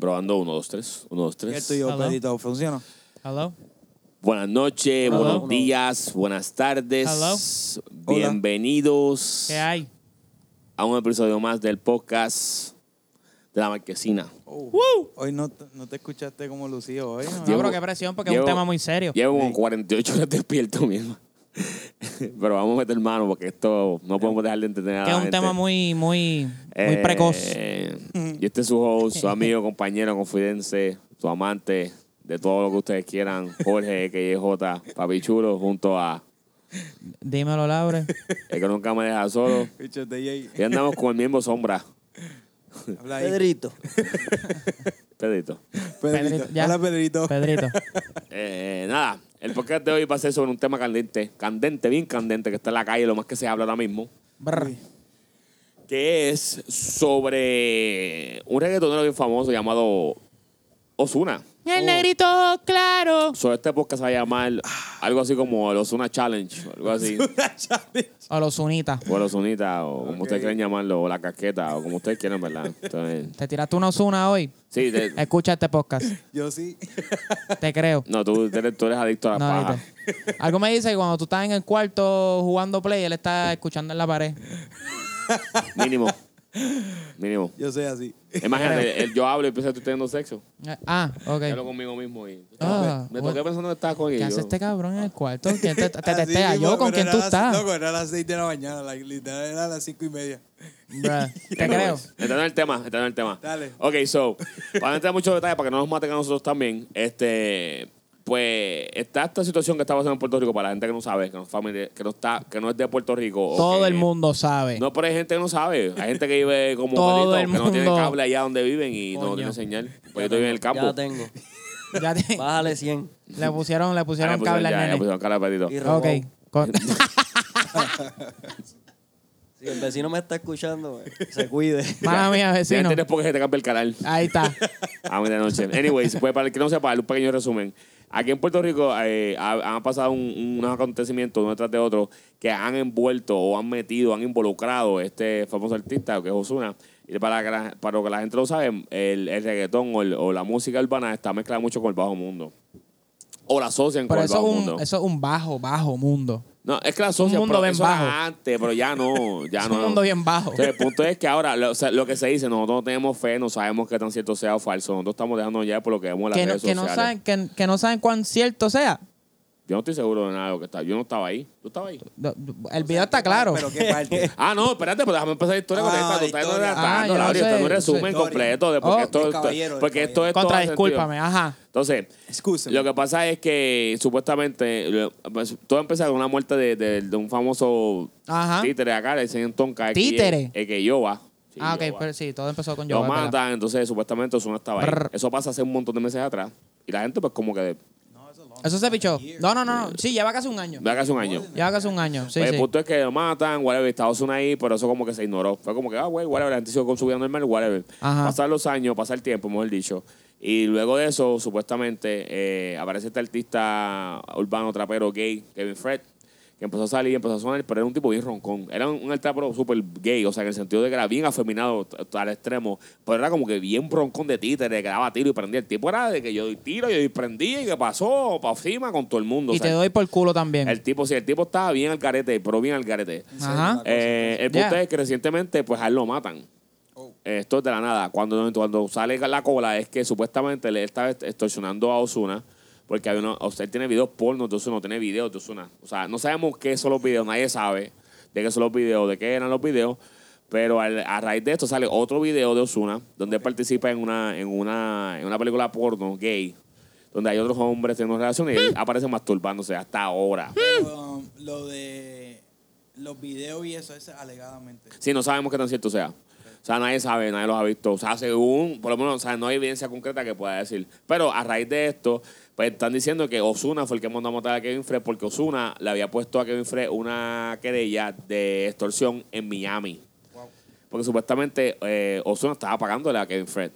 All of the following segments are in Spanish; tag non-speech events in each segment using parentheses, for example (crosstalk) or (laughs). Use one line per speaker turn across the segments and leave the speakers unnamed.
Probando 1, 2, 3. 1, 2, 3.
El tuyo,
Hello?
Pedrito, funciona.
Hello.
Buenas noches,
Hello.
buenos días, buenas tardes.
Hello.
Bienvenidos
¿Qué hay?
a un episodio más del podcast de la marquesina.
Oh. ¡Woo!
Hoy no, te- no te escuchaste como lucido hoy. ¿no?
No,
Llevo-
pero qué presión porque
llevo-
es un tema muy serio.
Llevo como 48 horas despierto mismo. (laughs) Pero vamos a meter mano porque esto no podemos dejar de entretener a
que
la
es un
gente.
tema muy, muy, muy
este, Eh,
precoz.
Y este es su host,
(laughs)
su amigo, compañero, confidense, su amante, de todo lo que ustedes quieran, Jorge, (laughs) que J, Papi Chulo, junto a
Dímelo, Laure.
el que nunca me deja solo.
Bicho, te ahí.
Y andamos con el mismo sombra,
Habla ahí.
Pedrito.
Pedrito.
Pedrito.
Pedri- ya.
Hola, Pedrito.
Pedrito.
Eh, nada, el podcast de hoy va a ser sobre un tema candente, candente, bien candente, que está en la calle, lo más que se habla ahora mismo,
Brr.
(laughs)
que es sobre un reggaetonero bien famoso llamado Osuna.
El negrito claro.
Sobre este podcast se va a llamar algo así como el Osuna Challenge, o algo así.
O los sunitas.
O el Osunita, o como ustedes quieren llamarlo, o la casqueta, o como ustedes quieran, ¿verdad? Entonces,
Te tiraste una osuna hoy.
sí, te-
Escucha este podcast.
Yo sí.
(laughs)
Te creo.
no, tú, tú eres, tú eres adicto a la
No,
paja.
ahorita. Algo me dice que cuando tú estás en el cuarto jugando play, él está escuchando en la pared.
Mínimo. Mínimo.
Yo soy así.
(laughs)
Imagínate, el- el yo hablo y empiezo a estar teniendo sexo.
Eh, Ah,
Hablo
ok.
conmigo mismo y.
Ah,
me toqué
bueno.
pensando que estaba con
¿Qué
ellos.
hace este cabrón en el cuarto? ¿Quién
(laughs)
te, te
Así
testea?
mismo,
¿Yo con
Ah, pero
quién
era
tú
las-
estás?
Loco, era a las 6 de la mañana. la- literal, era a las 5 y media.
Bruh, Te creo.
Entrando en el tema, entrando en el tema.
Dale.
Ok, so, para no entrar en muchos detalles, para que no nos maten a nosotros también, este, pues, está esta situación que está pasando en Puerto Rico para la gente que no sabe, que no, es familia- que no, está, que no es de Puerto Rico. o
Todo
que-
el mundo sabe.
No, pero hay gente que no sabe. Hay gente que vive como
Todo
Pedrito,
el
que no tiene
mundo.
cable allá donde viven y no
Coño.
tiene señal. Pues yo estoy en el campo.
Ya la tengo.
(laughs)
Ya te-
Bájale 100.
le pusieron, le
Ah,
pusieron
le pusieron-
cable
ya,
al
le
nene.
pusieron cable al Pedrito.
Y robó.
Ok.
(laughs)
Con-
Si el vecino me está escuchando, eh, se cuide.
Mala mía,
Ya
Ah, vecino.
entiendes por qué se te cambia el canal. (laughs)
Ahí está.
a medianoche. Ah, Anyways, pues para el que no sepa, un pequeño resumen. Aquí en Puerto Rico eh, ha- han pasado un- unos acontecimientos uno tras de otro que han envuelto o han metido, han involucrado a este famoso artista que es Ozuna. Y para, que la- para lo que la gente lo sabe, el, el reggaetón o, el- o la música urbana está mezclada mucho con el bajo mundo. O la asocian
Pero
con el
eso
bajo
es,
mundo.
un, eso es un bajo, bajo mundo.
no, es que la asocian,
mundo
pero
bien
eso era
bajo.
antes, pero ya
(laughs)
no. Ya
Es
no.
un mundo bien bajo.
Entonces, el punto es que ahora lo, o sea, lo que se dice, nosotros no tenemos fe, no sabemos qué tan cierto sea o falso. Nosotros estamos dejando ya por lo que vemos en las
Que no,
redes
que, no
sociales.
saben, que, que no saben cuán cierto sea.
Yo no estoy seguro de nada de lo que está. Yo no estaba ahí. ¿Tú estabas ahí?
Do- do- El video está claro.
Pero qué parte.
(laughs)
Ah, no, espérate, pero déjame empezar la historia
Ah,
porque esta- tú estás
historia.
Ah,
relatando,
yo
Laura,
sé,
está en un
yo sé.
resumen
Historia.
completo de por
Oh,
qué esto,
el
esto-
caballero, el
porque esto es (laughs)
Contra,
todo sentido.
discúlpame, ajá.
Entonces,
Excúseme.
lo que pasa es que supuestamente lo- pues, todo empezó con una muerte de, de- de un famoso
Ajá.
títere acá, le dicen Tonka. aquí,
Títere.
eh, eh, que yo va. Sí,
ah, ok,
Yoba.
pero sí, todo empezó con yo.
Lo matan, entonces supuestamente Ozuna estaba ahí.
Brr.
Eso pasa hace un montón de meses atrás. Y la gente, pues, como que.
Eso se pichó. No, no, no, no. Sí, lleva casi un año.
Vea que hace un año.
Lleva casi un año. Sí,
Pues
sí.
El punto es que lo matan, whatever, estaba Ozuna ahí, pero eso como que se ignoró. Fue como que, ah, güey, whatever, la gente siguió consumiendo el mal, whatever.
Ajá.
Pasan los años, pasa el tiempo, mejor dicho. Y luego de eso, supuestamente, eh, aparece este artista urbano, trapero gay, Kevin Fred, que empezó a salir, empezó a sonar, pero era un tipo bien roncón. Era un, un trapero súper gay, o sea, en el sentido de que era bien afeminado t- t- al extremo, pero era como que bien roncón de títere, que daba tiro y prendía. El tipo era de que yo doy tiro, yo doy prendía y que pasó, para encima con todo el mundo.
Y
o sea,
te doy por culo también.
el tipo, sí, el tipo estaba bien al carete, pero bien al carete.
Ajá.
Eh, el punto
Ya.
es que recientemente, pues a él lo matan.
Oh.
Eh, Esto es de la nada. Cuando, cuando sale la cola es que supuestamente le está extorsionando a Osuna. Porque hay uno, o sea, él tiene videos pornos de Osuna, tiene videos de Osuna. O sea, no sabemos qué son los videos, nadie sabe de qué son los videos, de qué eran los videos. Pero al- a raíz de esto sale otro video de Osuna, donde él participa en una, en una, en una película porno gay, donde hay otros hombres teniendo relaciones y él aparece masturbándose hasta ahora.
Pero, um, lo de los videos y eso, eso alegadamente.
Sí, no sabemos qué tan cierto sea. O sea, nadie sabe, nadie los ha visto. O sea, según, por lo menos, o sea, no hay evidencia concreta que pueda decir. Pero a raíz de esto, pues están diciendo que Osuna fue el que mandó a matar a Kevin Fred porque Osuna le había puesto a Kevin Fred una querella de extorsión en Miami. Porque supuestamente eh, Osuna estaba pagándole a Kevin Fred.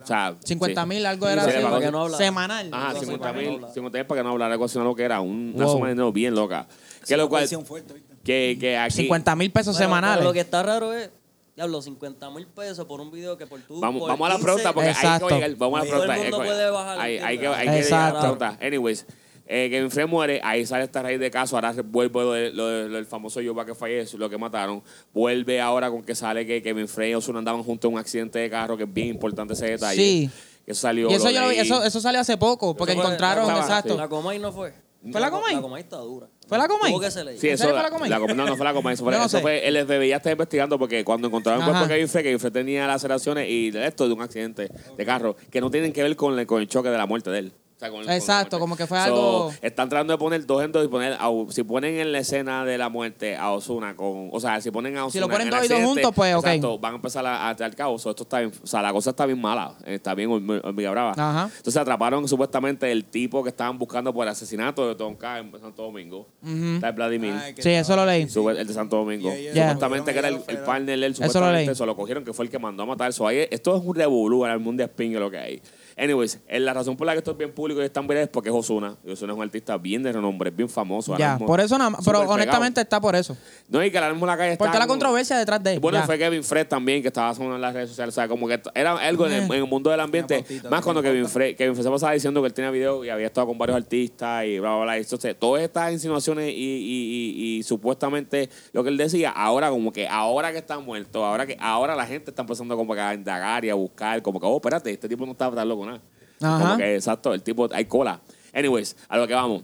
O sea,
50
sí.
mil, algo
Sí,
era
se
así.
le pagó. Para que
no hablara.
semanal.
Ajá,
Entonces,
50
para que no
mil.
hablara.
50 mil para que no hablara algo así, lo que era. un- Una
Wow.
suma de dinero bien loca. Que
Sí,
lo cual,
cohesión fuerte, ¿viste?
que, que aquí...
50 mil pesos
Bueno, pero
semanales.
Lo que está raro es Diablo, 50 mil pesos por un video que por tú.
Vamos,
por
vamos a la
15
pregunta porque hay que
Exacto.
llegar. Vamos a la
Todo el
pregunta.
mundo
Eh,
puede bajar
hay,
el
hay que,
tiempo.
hay que llegar a la
Exacto.
pregunta. Anyways, eh, Kevin Frey muere. Ahí sale esta raíz de caso. Ahora vuelve lo, de- lo de- lo del famoso Yoba que falleció, lo que mataron. Vuelve ahora con que sale que Kevin Frey y Ozuna andaban juntos en un accidente de carro, que es bien importante ese detalle.
Sí.
Eso salió.
Y eso, yo lo vi-
leí.
eso, eso salió hace poco, porque
Eso fue-
encontraron,
la-
exacto.
La Comay no fue.
¿Fue la Comay?
La Comay está dura.
¿Fue la Comay?
Tuvo que se le
Sí, eh.
¿En
eso
serio fue la Comay?
la Com- no, no fue la Comay, eso fue,
Yo no
eso
sé.
fue- el FBI ya está investigando porque cuando encontraron el cuerpo
Ajá.
de Kevin Frey, Kevin Frey tenía laceraciones y de esto de un accidente de carro que no tienen que ver con el, con el choque de la muerte de él. O sea, con- con la
Exacto,
muerte.
como que fue
So,
algo-
Están tratando de poner dos en dos y poner. a- si ponen en la escena de la muerte a Osuna con. O sea, si ponen a Osuna.
Si lo ponen
en el
dos y dos
accidente,
juntos, pues, ok.
Exacto, van a empezar a atar caos. So, esto está bien- o sea, la cosa está bien mala. Está bien horm- hormiga brava.
Ajá.
Entonces atraparon supuestamente el tipo que estaban buscando por el asesinato de Tonka en Santo Domingo. Está el Vladimir.
Ah, que
Sí, eso lo leí.
Sube- el de Santo Domingo.
Y ahí
Ya.
Supuestamente que era el,
Lo cogieron
el
allá
partner él,
Eso lo
supuestamente
leí.
eso lo cogieron, que fue el que mandó a matar. So, ahí- esto es un revolú en el mundo de Spin y lo que hay. Anyways, eh, la razón por la que esto es bien público y es tan viral es porque es Osuna. Osuna es un artista bien de renombre, es bien famoso. ahora
Ya,
mismo.
por eso nada más. Pero
Súper
honestamente está por eso.
pegado. No, y que ahora mismo la calle está.
Porque la
como-
controversia detrás de él.
Bueno,
ya.
fue Kevin Fred también, que estaba haciendo en las redes sociales. O sea, como que t- era algo en el, en el mundo del ambiente.
Una pautita,
Más cuando
una
Kevin Fred, Kevin Fred se pasaba diciendo que él tenía video y había estado con varios artistas y bla, bla, bla. Entonces, todas estas insinuaciones y, y- y- y supuestamente lo que él decía, ahora como que ahora que está muerto, ahora que ahora la gente está empezando como que a indagar y a buscar, como que, oh, espérate, este tipo no está tan loco nada.
Ajá.
Como que, exacto, el tipo, hay cola. Anyways, a lo que vamos.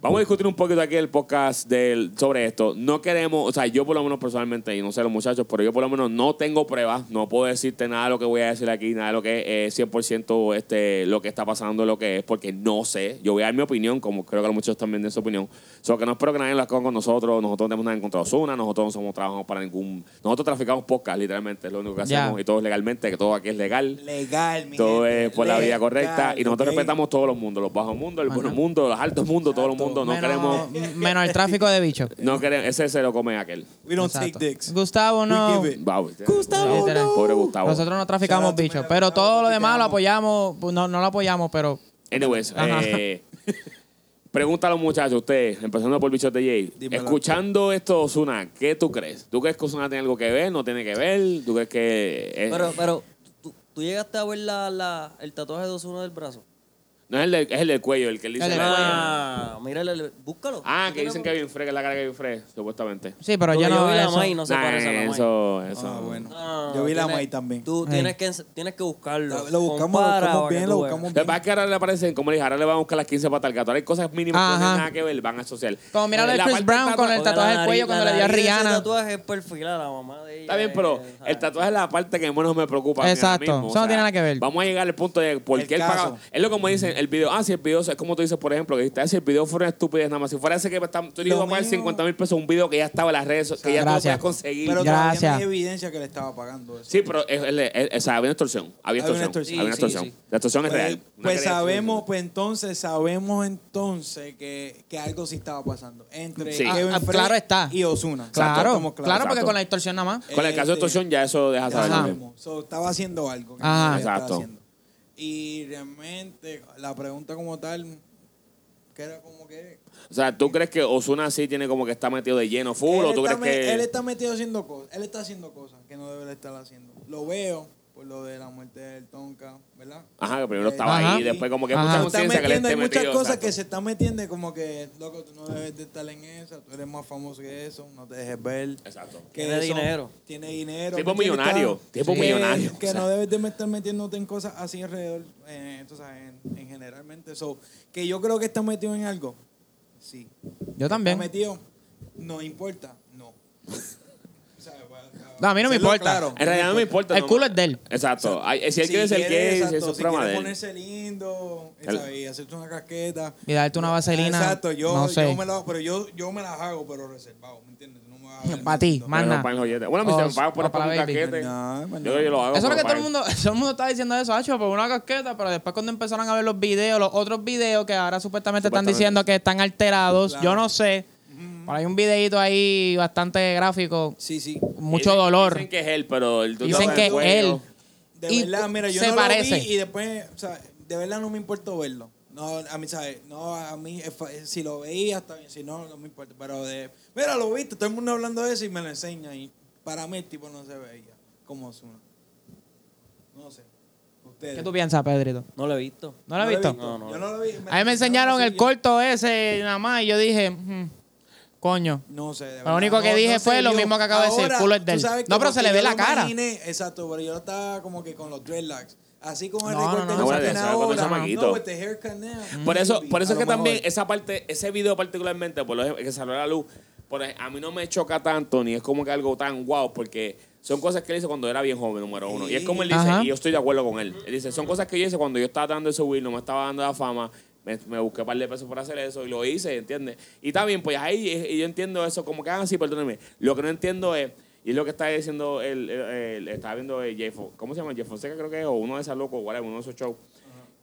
Vamos a discutir un poquito aquí el podcast del, sobre esto. No queremos, o sea, yo por lo menos personalmente, y no sé los muchachos, pero yo por lo menos no tengo pruebas, no puedo decirte nada de lo que voy a decir aquí, nada de lo que es 100% este, lo que está pasando, lo que es, porque no sé. Yo voy a dar mi opinión, como creo que los muchachos también de su opinión. Solo que no espero que nadie lo haga con nosotros, nosotros no tenemos nada en contra de Ozuna, nosotros no somos trabajamos para ningún... Nosotros traficamos podcast, literalmente, es lo único que
Ya.
hacemos, y todo es legalmente, que todo aquí es legal.
Legal, mi
Todo
gente,
es por la vía
legal,
correcta y nosotros
ok.
respetamos todos los mundos, los bajos mundos, el
Ajá.
buen mundo, los altos mundos, todos los mundos. No
menos,
queremos,
menos el tráfico de bichos.
no queremos, ese se lo come aquel.
We (laughs) don't
Exacto.
take dicks.
Gustavo, no.
We give it.
Wow, usted-
Gustavo,
Literal.
no.
Pobre Gustavo.
Nosotros no traficamos
Shout out to
bichos.
Mega
pero
Gustavo,
todo lo
te
demás
amo.
lo apoyamos. pues, No, no lo apoyamos, pero.
Anyways,
Ajá. (laughs)
eh, pregunta a los muchachos, ustedes, empezando por Bichot de Jay.
Dímelo.
Escuchando esto, Osuna, ¿qué tú crees? ¿Tú crees que Osuna tiene algo que ver? ¿No tiene que ver? ¿Tú crees que.? es-
Pero, pero, ¿tú, tú llegaste a ver la, la, el tatuaje de Ozuna del brazo?
no es el, del, es el del cuello, el que él dice.
El del
la-
cuello.
Ah, mírale, búscalo.
Ah, que dicen que
bien.
Kevin Frey, que es la cara de Kevin Frey, supuestamente.
Sí, pero
Pero
ya
yo
no.
vi la
eso-
May, no se
Nah,
parece a la May.
eso, eso.
Ah, bueno.
No, no, no,
Yo vi la
tienes-
May también.
Tú
Ay.
tienes que, ens- tienes que buscarlo.
Lo- lo buscamos, lo
Compara
buscamos
para que
bien,
tú
lo
veas.
buscamos
Lo que pasa es que ahora le aparecen, como le dije, ahora le van a buscar las 15 patas al gato. Ahora hay cosas mínimas que no
Ajá.
tienen nada que ver, van a asociar. Eh,
Como mira lo de
La
Chris
parte
Brown
del
con el
tatuaje-
Porque la
tatuaje del
nariz-
cuello
la
cuando le dio a
nariz de ese
Rihanna.
tatuaje es perfilada, la mamá de ella.
Está bien, pero
es-
el tatuaje es la parte que menos me preocupa. a mí ahora
Exacto,
mismo.
eso no tiene nada que ver.
Vamos a llegar al punto de por
El
qué él
caso.
pagaba. Es lo como dicen, el video. Ah, si el video, es como tú dices, por ejemplo, que dijiste, ah, si el video fuera estupidez, nada más. Si fuera ese que está, tú le ibas a pagar
mío-
50 mil pesos un video que ya estaba en las redes, que ya tú lo
Gracias.
podías conseguir.
Pero
Gracias.
todavía no hay evidencia que le estaba pagando eso.
sí, pero es- es- es- o sea, había una extorsión. Había
Había
extorsión.
una extorsión.
Había una
Sí, sí,
extorsión.
sí.
La extorsión
Pues,
es real. Una
pues
querella.
sabemos, pues entonces, sabemos entonces que, que algo sí estaba pasando entre
Sí.
Kevin
Ah, ah,
Frey
claro está.
y Osuna.
Claro, claro, porque
exacto.
con la distorsión nada más.
Con el caso de
Este-
extorsión ya eso deja saber.
Ajá.
lo mismo.
sabemos. So, estaba haciendo algo. que no
Ajá.
debía estar
Exacto.
haciendo. Y realmente, la pregunta como tal, que era como que...
O sea, ¿tú crees que Osuna sí tiene como que está metido de lleno full?
él,
¿O tú
está
crees
me- él
que.?
está metido haciendo cosas. Él está haciendo cosas que no debe de estar haciendo. Lo veo por lo de la muerte del Tonka, ¿verdad? Eh,
Ajá, que primero estaba
Ajá.
ahí, después como que
Ajá.
mucha
Se
Se está
conciencia que le
metiendo,
esté
hay muchas
metido.
cosas
exacto.
que se están metiendo y como que, loco, tú no debes de estar en esa, tú eres más famoso que eso, no te dejes ver.
Exacto.
Que
Tiene
eso-
dinero.
Tiene dinero.
Tipo
¿me entiendes?
millonario,
Está-
tipo
que-
millonario,
Que
o sea.
no debes de estar metiéndote en cosas así alrededor, eh, tú sabes, en, en generalmente. So, que yo creo que está metido en algo, sí.
Yo
¿Está
también.
metido? No importa, no. O sea, bueno,
No, a mí no me
hacerlo
importa.
En realidad no me importa.
El
no,
culo
no.
es de él.
Exacto. Ay, si él quiere ser
quiere,
gay,
exacto,
eso es
si
problema
quiere
de él.
ponerse lindo,
Él-
¿sabes? y hacerte una casqueta.
Y darte una vaselina,
Exacto, yo,
no sé.
yo me la, pero yo, yo me las hago, pero reservado, ¿me entiendes? Tú No me vas a ver
Pa' ti,
lindo.
más
Pero
nada.
no para el joyete. Bueno, me
O-
dicen, pago
o
por
para
un
la Oh, baby.
casquete.
No, pues
Yo
no.
creo que lo hago.
Eso es lo
pero
que todo el
para-
mundo, (laughs) todo el mundo está diciendo eso, hacho, por una casqueta, pero después cuando empezaron a ver los videos, los otros videos que ahora supuestamente, están
Supuestamente.
diciendo que están alterados,
Claro.
yo no sé. Pero hay un videito ahí bastante gráfico,
Sí, sí.
mucho
Dicen-
dolor.
Dicen que es él, pero el tú
Dicen
sabes,
que
el
él.
De
Y
verdad, mira, yo
se
no
parece.
lo vi y después, o sea, de verdad no me importó verlo. No, a mí, ¿sabes? No, a mí, es fa- si lo veía, está bien. Si no, no me importa. Pero de, mira, lo viste, todo el mundo hablando de eso y me lo enseña y Para mí el tipo no se veía como Ozuna. No sé. Ustedes.
¿Qué tú piensas, Pedrito?
No lo he visto.
¿No lo has visto?
No, no.
Yo no lo vi.
A mí me enseñaron el
corte
corto ese nada más y yo dije, "Mm, coño.
No sé. de
Lo
verdad,
único que
no-
dije
no
fue
se
lo
vio.
mismo que acabo de decir,
Ahora,
culo es
tú
de él.
sabes que
No, pero se
porque
le ve
yo
la
lo
cara.
imaginé- exacto, pero yo estaba como que con los dreadlocks. Así como el
No,
recorte
no, no,
que
Mm. no,
usan
bueno, ¿sabes? Cuando
ahora.
son
No,
maquitos.
with the haircut now.
Por eso,
Maybe,
por eso
Mm,
es
a lo
que también
mejor.
esa parte, ese video particularmente, por lo que salió a la luz, por ej- a mí no me choca tanto, ni es como que algo tan guau, porque son cosas que él hizo cuando era bien joven, número uno. Y es como él dice,
Ajá.
y yo estoy de acuerdo con él. Él dice, son cosas que yo hice cuando yo estaba tratando de subir, no me estaba dando la fama, me, me busqué un par de pesos para hacer eso y lo hice, ¿entiendes? Y está bien, pues ahí eh, y yo entiendo eso, como que hagan así, perdónenme. Lo que no entiendo es, y es lo que está diciendo, el, el- el- estaba viendo eh, Jeff, ¿cómo se llama? Jeff Fonseca creo que es, o uno de esos locos, whatever, uno de esos shows.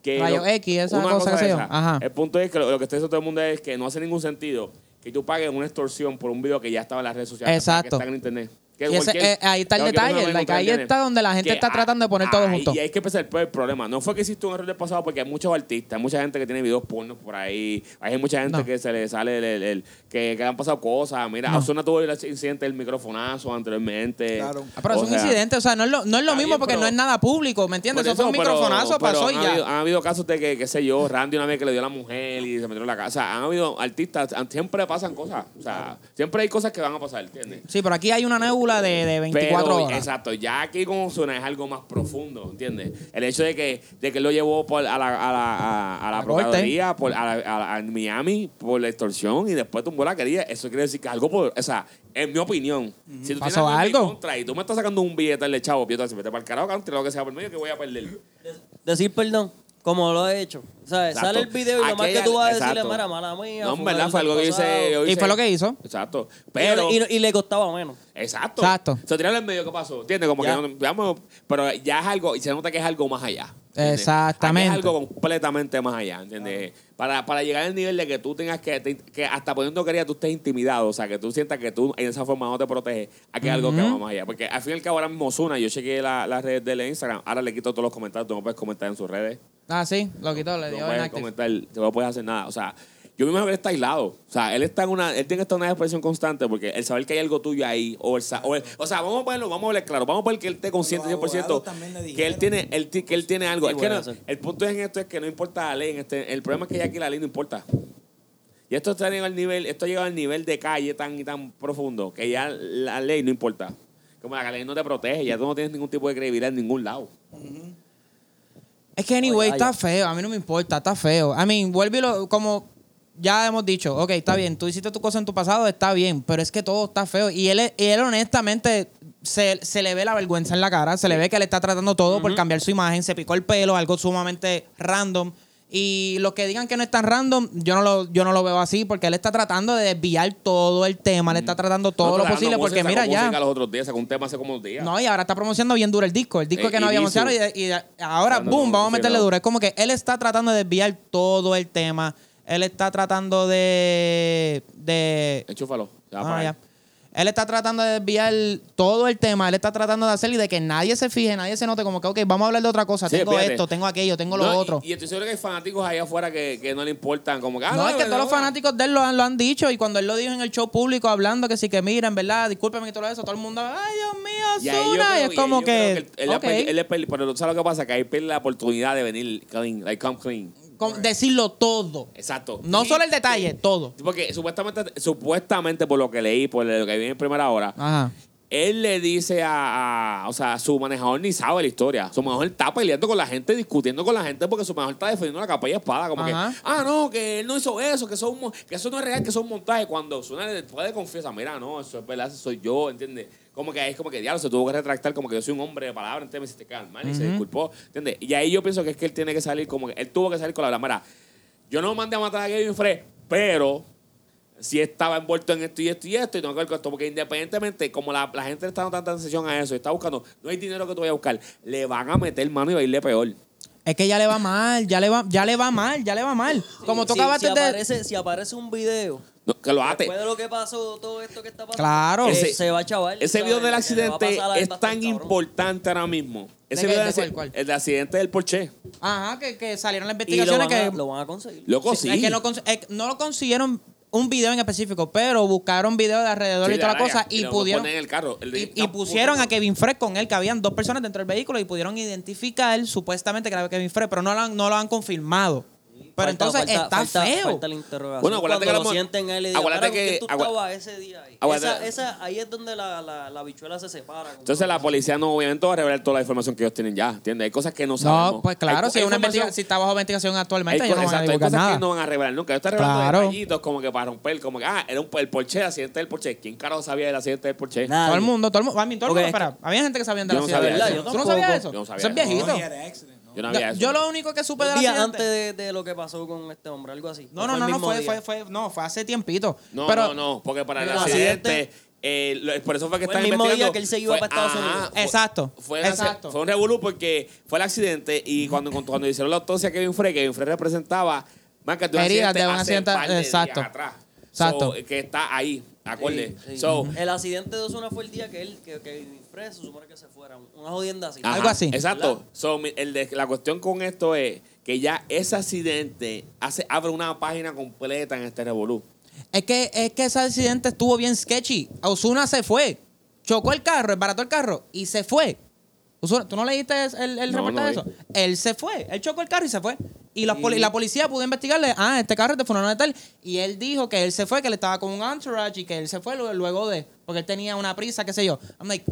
Que
Rayo
lo-
X, esa
una
cosa que se llama.
esa.
Ajá.
El punto es que lo, lo que está diciendo todo el mundo es que no hace ningún sentido que tú pagues una extorsión por un video que ya estaba en las redes sociales.
Exacto.
Que está en internet. Que
Y ese-
cualquier-
eh, ahí está el
cualquier
detalle,
persona puede
like,
encontrar
ahí
en
está donde la gente está
a-
tratando de poner todo
ah, ahí-
junto.
Y hay que empezar por el problema. No fue que hiciste un error del pasado porque hay muchos artistas, hay mucha gente que tiene videos pornos por ahí. Hay mucha gente
No.
que se le sale el, el- el- que, que le han pasado cosas. Mira,
No.
Ozuna tuvo el incidente del microfonazo anteriormente.
Claro.
Ah, pero
O
es un
sea,
incidente, o sea, no es lo, no es lo
está
mismo
bien,
porque
pero-
no es nada público, ¿me entiendes?
por
Eso fue un
eso, pero-
microfonazo,
pero
pasó y
han
ya.
Habido, han habido casos de que, qué sé yo, Randy una vez que le dio a la mujer y se metió en la casa. Han habido artistas, han- siempre pasan cosas. O sea, siempre hay cosas que van a pasar, ¿entiendes?
Sí, pero aquí hay una nébula de, de 24
Pero,
horas.
Exacto, ya aquí con Ozuna es algo más profundo, ¿entiendes? El hecho de que, de que él lo llevó por- a la, a la, a, a la
La corte.
procuraduría, por, a, la- a la- a Miami por la extorsión y después tumbó la querella, eso quiere decir que algo, por, o sea, en mi opinión, si tú tienes
¿Pasó
en mi
algo?
contra y tú me estás sacando un billete del chavo, yo te voy a decir, vete para el carajo, cabrón, tira lo que sea por medio que voy a perder.
Decir perdón, como lo he hecho. ¿Sabes?
Exacto.
Sale el video y lo más que
Aquella-
tú vas a decirle,
exacto.
mira, mala mía.
No, en
fulano
verdad fue algo que yo hice. yo
Y
hice-
fue lo que hizo.
Exacto.
pasado".
Pero.
Y, y- y le costaba menos.
exacto.
Exacto.
Se tiraron en medio, ¿qué pasó? ¿Entiendes? Como
Ya.
que. no- vamos, pero ya es algo. Y se nota que es algo más allá. ¿entiendes?
Exactamente.
Aquí es algo completamente más allá, ¿entiendes? Para, para llegar al nivel de que tú tengas que. te- que hasta poniendo querida tú estés intimidado. O sea, que tú sientas que tú en esa forma no te proteges. Aquí es algo que va más allá. Porque al fin y al cabo, ahora mismo Ozuna, yo chequeé la- las redes de él en Instagram. Ahora le quito todos los comentarios. Tú no puedes comentar en sus redes.
Ah, sí, lo quitó, le
no
dio
puedes
inactive.
comentar, no puedes hacer nada. O sea, yo me imagino que él está aislado. O sea, él está en una, él tiene que estar en una expresión constante porque el saber que hay algo tuyo ahí, o el, sa- o, el- o sea, vamos a ponerlo, vamos a hablar claro, vamos a poner que él esté consciente
Los abogados
100%
también le
que él
dijeron.
tiene, él, ti- que él tiene algo.
Sí,
Es que
bueno,
no-
eso.
el punto en esto es que no importa la ley, en este, el problema es que ya aquí la ley no importa. Y esto está llegado al nivel, esto ha llegado al nivel de calle tan y tan profundo que ya la ley no importa. Como la ley no te protege, ya tú no tienes ningún tipo de credibilidad en ningún lado.
Es que anyway,
Oye,
está
vaya.
feo. A mí no me importa, está feo. A mí, vuelve y lo, como ya hemos dicho, ok, está bien, tú hiciste tu cosa en tu pasado, está bien, pero es que todo está feo. Y él, es- y él honestamente, se, se le ve la vergüenza en la cara, se le ve que le está tratando todo por cambiar su imagen, se picó el pelo, algo sumamente random. Y los que digan que no es tan random, yo no lo, yo no lo veo así, porque él está tratando de desviar todo el tema, le está tratando todo lo
Nosotros
posible,
grabamos
porque
música,
mira
sacó
ya.
música los otros días, sacó un tema hace como dos días.
No, y ahora está promocionando bien duro el disco. El disco
Eh,
que no había
y Visu.
anunciado. Y, y ahora,
Cuando
boom,
no
vamos a meterle
funcionó.
duro. Es como que él está tratando de desviar todo el tema. Él está tratando de. de
Enchúfalo. se va a
Ah,
apagar.
ya. Él está tratando de desviar todo el tema. Él está tratando de hacer y de que nadie se fije, nadie se note. Como que, ok, vamos a hablar de otra cosa.
Sí,
tengo
fíjate.
esto, tengo aquello, tengo lo
No, y-
otro.
Y, estoy seguro que hay fanáticos allá afuera que, que no le importan. Como que, ah,
no, es que
no,
todos los
no.
fanáticos de él lo han, lo han dicho y cuando él lo dijo en el show público hablando que sí que mira, en verdad, discúlpeme y todo eso, todo el mundo, ay Dios
Y
mío,
ahí yo
Ozuna", y
creo-
es
y
como
yo creo
que,
él, él ha
ok.
perdi- él ha perdi- pero ¿sabes lo que pasa? Que ahí pierde la oportunidad de venir clean, like come clean.
Con- decirlo todo.
Exacto.
No
Sí,
solo el detalle, todo.
Porque supuestamente, supuestamente por lo que leí, por lo que vi en primera hora,
Ajá.
él le dice a, a- O sea, su manejador ni sabe la historia. Su manejador está peleando con la gente, discutiendo con la gente, porque su manejador está defendiendo la capa y espada. Como
Ajá.
que, ah, no, que él no hizo eso, que eso, es un mon- que eso no es real, que eso es un montaje. Cuando suena después de confiesa, mira, no, eso es verdad, eso soy yo, ¿entiendes? Como que es como que diablo, se tuvo que retractar, como que yo soy un hombre de palabra, ¿entiendes? Me hiciste calmar y se disculpó, ¿entiendes? Y ahí yo pienso que es que él tiene que salir, como que él tuvo que salir con la verdad. Mira, yo no mandé a matar a Kevin Frey, pero si estaba envuelto en esto y esto y esto, y tengo que ver con esto, porque independientemente, como la, la gente le está dando tanta atención a eso, y está buscando, no hay dinero que tú vayas a buscar, le van a meter mano y va a irle peor.
Es que ya le va mal, ya le va, ya le va mal, ya le va mal. Como tú
si,
acabaste
si
de.
aparece, si aparece un video
No, que lo ate.
después de lo que pasó, todo esto que está pasando,
Claro.
que
Ese-
se va a chaval.
Ese video del accidente es tan
importante.
importante ahora mismo. Ese
qué?
video del
¿De cuál,
acci-
cuál?
el accidente del Porsche.
Ajá, que, que salieron las
Y lo
investigaciones
van,
que.
a, lo van a conseguir.
Loco,
Sí,
sí.
es que no, cons- eh, no lo consiguieron un video en específico, pero buscaron videos de alrededor
Sí,
y toda la
área.
cosa y,
lo- lo
pudieron.
ponen en el carro. El de-
Y, y
está-
pusieron a Kevin Fred con él, que habían dos personas dentro del vehículo y pudieron identificar supuestamente que era Kevin Fred, pero no lo han, no lo han confirmado. Pero
Falta-
entonces
falta-
está
falta-
feo.
Falta la interrogación.
Bueno, acuérdate
Cuando
que
lo
hablamos-
sienten a él y digan,
acuérdate
"Mira, ¿con
que-
quién tú
agua-
estabas ese día ahí?
aguárdate-
Esa, esa, ahí es donde la, la, la bichuela se separa.
Entonces la policía no obviamente va a revelar toda la información que ellos tienen ya, ¿entiendes? Hay cosas que no sabemos.
no, pues
Hay
claro,
co-
si,
hay
es una
información-
investiga- si está bajo investigación
hay,
actualmente,
co-
ellos no van a
exacto, hay
divulgar
cosas
nada.
que no van a revelar nunca. Yo estoy revelando
Claro.
detallitos como que para romper, como que, ah, era un, el Porsche, el accidente del Porsche. ¿Quién carajo sabía del accidente del Porsche?
Nada.
Todo el mundo, todo el mundo. a mí, todo el
Ok,
mundo,
es que-
espera. Había gente que sabía de
Yo
la
no
ciudad.
sabía
¿Tú
eso.
no
Yo
sabías
tampoco.
eso?
Yo no sabía
eso es
eso.
viejito.
No, y era accident, ¿no?
Yo no
Yo-
había eso.
Yo lo único que supe de
Un
la
día antes de, de lo que pasó con este hombre, algo así.
No,
¿O
no,
el
no, no
mismo
fue,
día?
fue, fue, no, fue hace tiempito.
No,
pero,
no, no, porque para el
Pero
accidente,
accidente-
eh, lo- por eso fue que
Fue
están
el mismo día
investigando.
que él se iba
Fue-
para Estados
ajá,
Unidos.
fue-
Exacto,
Fue, un acci-
exacto.
fue un revolú porque fue el accidente y cuando, cuando, cuando hicieron la autopsia a Kevin Frey, Kevin Frey representaba marcas de un
Heridas
accidente,
de un
hace
accidente,
par de días
exacto.
atrás.
Exacto.
So, que está ahí, acorde.
Sí, sí.
So,
El accidente de Osuna fue el día que él, que, que Fred se supone que se fuera. Una jodienda así.
Ajá,
Algo así.
Exacto.
¿Verdad?
So, mi- el de- la cuestión con esto es que ya ese accidente hace, abre una página completa en este revolú.
Es que, es que ese accidente estuvo bien sketchy. Osuna se fue. Chocó el carro, embarató el carro y se fue. Ozuna, ¿tú no leíste es- el, el
No,
reportaje
no
de
vi.
eso? Él se fue. Él chocó el carro y se fue. Y la, poli-
Sí.
la policía pudo investigarle, ah, este carro es de fulano de tal. Y él dijo que él se fue, que él estaba con un entourage y que él se fue lu- luego de... Porque él tenía una prisa, qué sé yo. I'm like,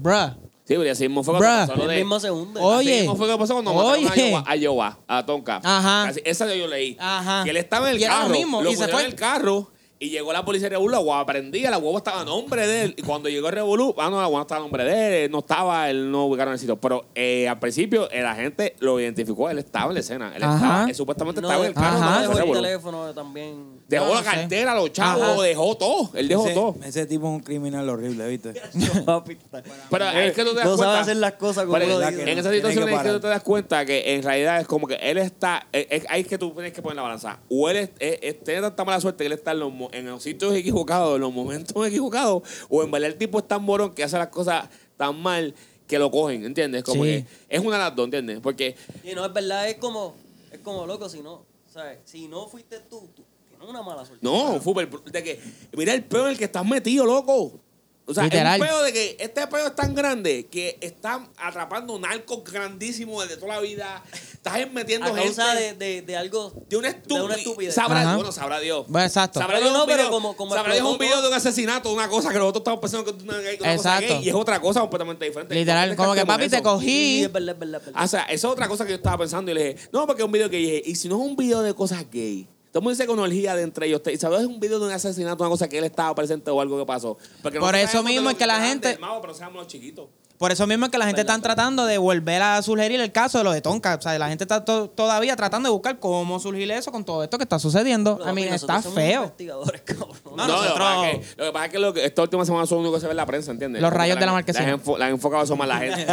bruh.
Sí, pero y así mismo fue cuando
Bruh.
pasó lo
El
de...
mismo se hunde.
Oye.
Así mismo fue que pasó cuando
Oye.
mataron a Yoba, a, Yoba, a Tonka.
Ajá.
Así- esa yo leí.
Ajá.
Que él estaba en el
Y era lo
carro.
mismo, y se
pusieron
fue.
en el carro y llegó la policía de Revolú, la guagua prendía, la guagua estaba a nombre de él. Y cuando llegó el Revolú, ah, no, la guagua no estaba a nombre de él, no estaba, él no ubicaron el sitio. Pero eh, al principio el agente lo identificó, él estaba en la escena. Él,
Ajá.
estaba, él supuestamente
No,
estaba en el carro.
Ajá.
no
no
en el
dejó el
Revolú.
teléfono también.
(laughs) Dejó
No,
la
no sé.
cartera, los chavos,
Ajá.
dejó todo. Él dejó todo.
Ese, ese tipo es un criminal horrible, ¿viste?
Papi, está-
Pero es que tú te das
no
cuenta.
sabe hacer las cosas como
Pero
lo
la
en- en
que no,
dice.
tiene
esa
que
situación es que
parar.
tú te das cuenta que en realidad es como que él está. eh, eh, ahí es que tú tienes que poner la balanza. O él es- eh, eh, tiene tanta mala suerte que él está en los, mo- en los sitios equivocados, en los momentos equivocados. O en verdad el tipo es tan morón que hace las cosas tan mal que lo cogen, ¿entiendes? Como
Sí.
que es una de las dos, ¿entiendes? Porque
Y no, es verdad, es como, es como loco, si no, ¿sabes? Si no fuiste tú, tú tienes una mala suerte.
No, fútbol. De que, mira el peo en el que estás metido, loco. O sea,
Literal.
el peo de que este peo es tan grande que están atrapando narcos grandísimos desde toda la vida. Estás metiendo
a
gente
causa de, de, de algo.
de una
de una
estupidez.
estupidez.
Sabrá,
Ajá.
bueno, sabrá Dios.
Bueno, exacto.
Sabrá
Pero
Dios,
no,
un
pero
video,
como- como
sabrá Dios un
explotó
video
todo.
de un asesinato, una cosa que nosotros estamos pensando que es una, una cosa
Exacto.
gay y es otra cosa completamente diferente.
Literal,
No
como que
descartemos
papi te
eso.
Sí,
cogí.
es verdad, es verdad, es verdad.
Ah, O sea, esa es otra cosa que yo estaba pensando y le dije, no, porque es un video que dije, y si no es un video de cosas gay, todo el mundo dice que una orgía de entre ellos, y sabes, es un video de un asesinato, una cosa que él estaba presente o algo que pasó. Porque
Por
nosotros
eso
sabemos
mismo
los
es que la
grandes,
gente-
mago, pero sabemos los chiquitos.
Por eso mismo es que la gente está tratando de volver a sugerir el caso de lo de Tonka. O sea, la gente está to- todavía tratando de buscar cómo surgir eso con todo esto que está sucediendo.
Pero,
A mí
papi,
está
nosotros somos
feo.
investigadores, cabrón.
No,
lo que
nosotros-
pasa es que- Lo que pasa es que, lo que- esta última semana son lo único que se ve en la prensa, ¿entiendes?
Los
Como
rayos
que
de la marquesina.
La, han enfo- la han enfocado eso más la
(laughs)
gente.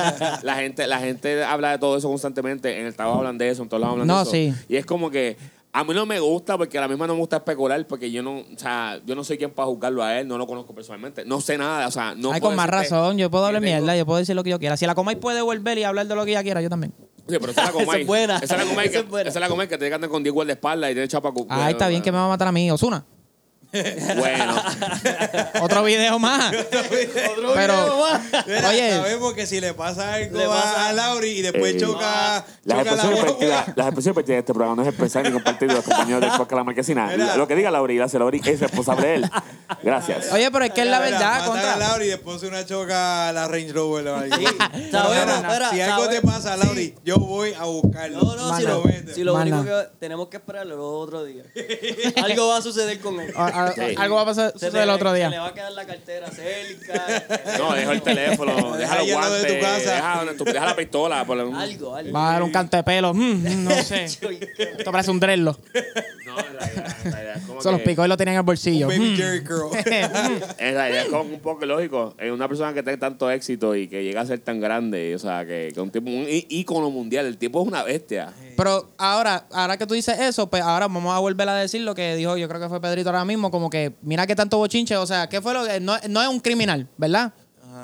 la gente. La gente habla de todo eso constantemente. En el trabajo hablan de eso, en todos lados hablan
No,
de eso.
sí.
Y es como que a mí no me gusta porque a la misma no me gusta especular porque yo no, o sea, yo no soy quien para juzgarlo a él, no lo conozco personalmente, no sé nada, o sea, no
Ay,
puedo
con más
decirte
razón, yo puedo
que
hablar
tengo-
mierda, yo puedo decir lo que yo quiera. Si la Comay puede volver y hablar de lo que ella quiera, yo también.
Sí, pero esa
(laughs)
es la
Esa
Comay.
es buena.
Esa es la Comay que,
Esa es buena.
esa es la Comay que te cantan con 10 de espalda y tiene chapa cu-
Ay, está bien que me va a matar a mí,
(laughs)
Osuna.
Bueno,
Otro video más.
Otro
Pero-
video más.
(laughs) Mira,
Oye.
sabemos que si le pasa algo
Le pasa-
a, a Lauri y después
Eh,
Pues choca,
Las
choca la (laughs)
expresiones,
guagua.
vertidas- las expresiones vertidas de este programa no es expresar ni compartir de los compañeros del podcast La Marquesina.
Mira.
Lo que diga Lauri, la hace Lauri es responsable de él. Gracias.
Oye, pero es que es la
Mira,
verdad,
matan a
contra.
Lauri y después una choca a la Range Rover. o algo.
sabemos,
No, no, no.
espera,
si algo te
sabemos.
pasa, Lauri, yo voy a buscarlo.
No, no, si
Mana.
lo,
vete.
si lo
Mana.
único que tenemos que esperarlo el otro día. (laughs) Algo va a suceder con él.
A- a-
Sí.
Algo va a pasar
Se
suceder
le-
el otro
Se le
día.
va a quedar la cartera cerca.
no, deja el teléfono, deja los
Ahí al lado de
guantes,
tu casa.
deja, deja la pistola. Por la-
Algo, algo.
Va a dar un canto de pelo. Mm, no sé. (laughs) Esto parece un drello.
No, en realidad, en realidad es como
Se los
que-
picó y lo tenía en el bolsillo.
Baby Jerry (laughs) Girl.
En realidad es como un poco lógico. Es una persona que tiene tanto éxito y que llega a ser tan grande, o sea, que, que un tipo, un í- ícono mundial. El tipo es una bestia.
Pero ahora, ahora que tú dices eso, pues ahora vamos a volver a decir lo que dijo, yo creo que fue Pedrito ahora mismo, como que mira qué tanto bochinche, o sea, ¿qué fue lo que no, no es un criminal, ¿verdad?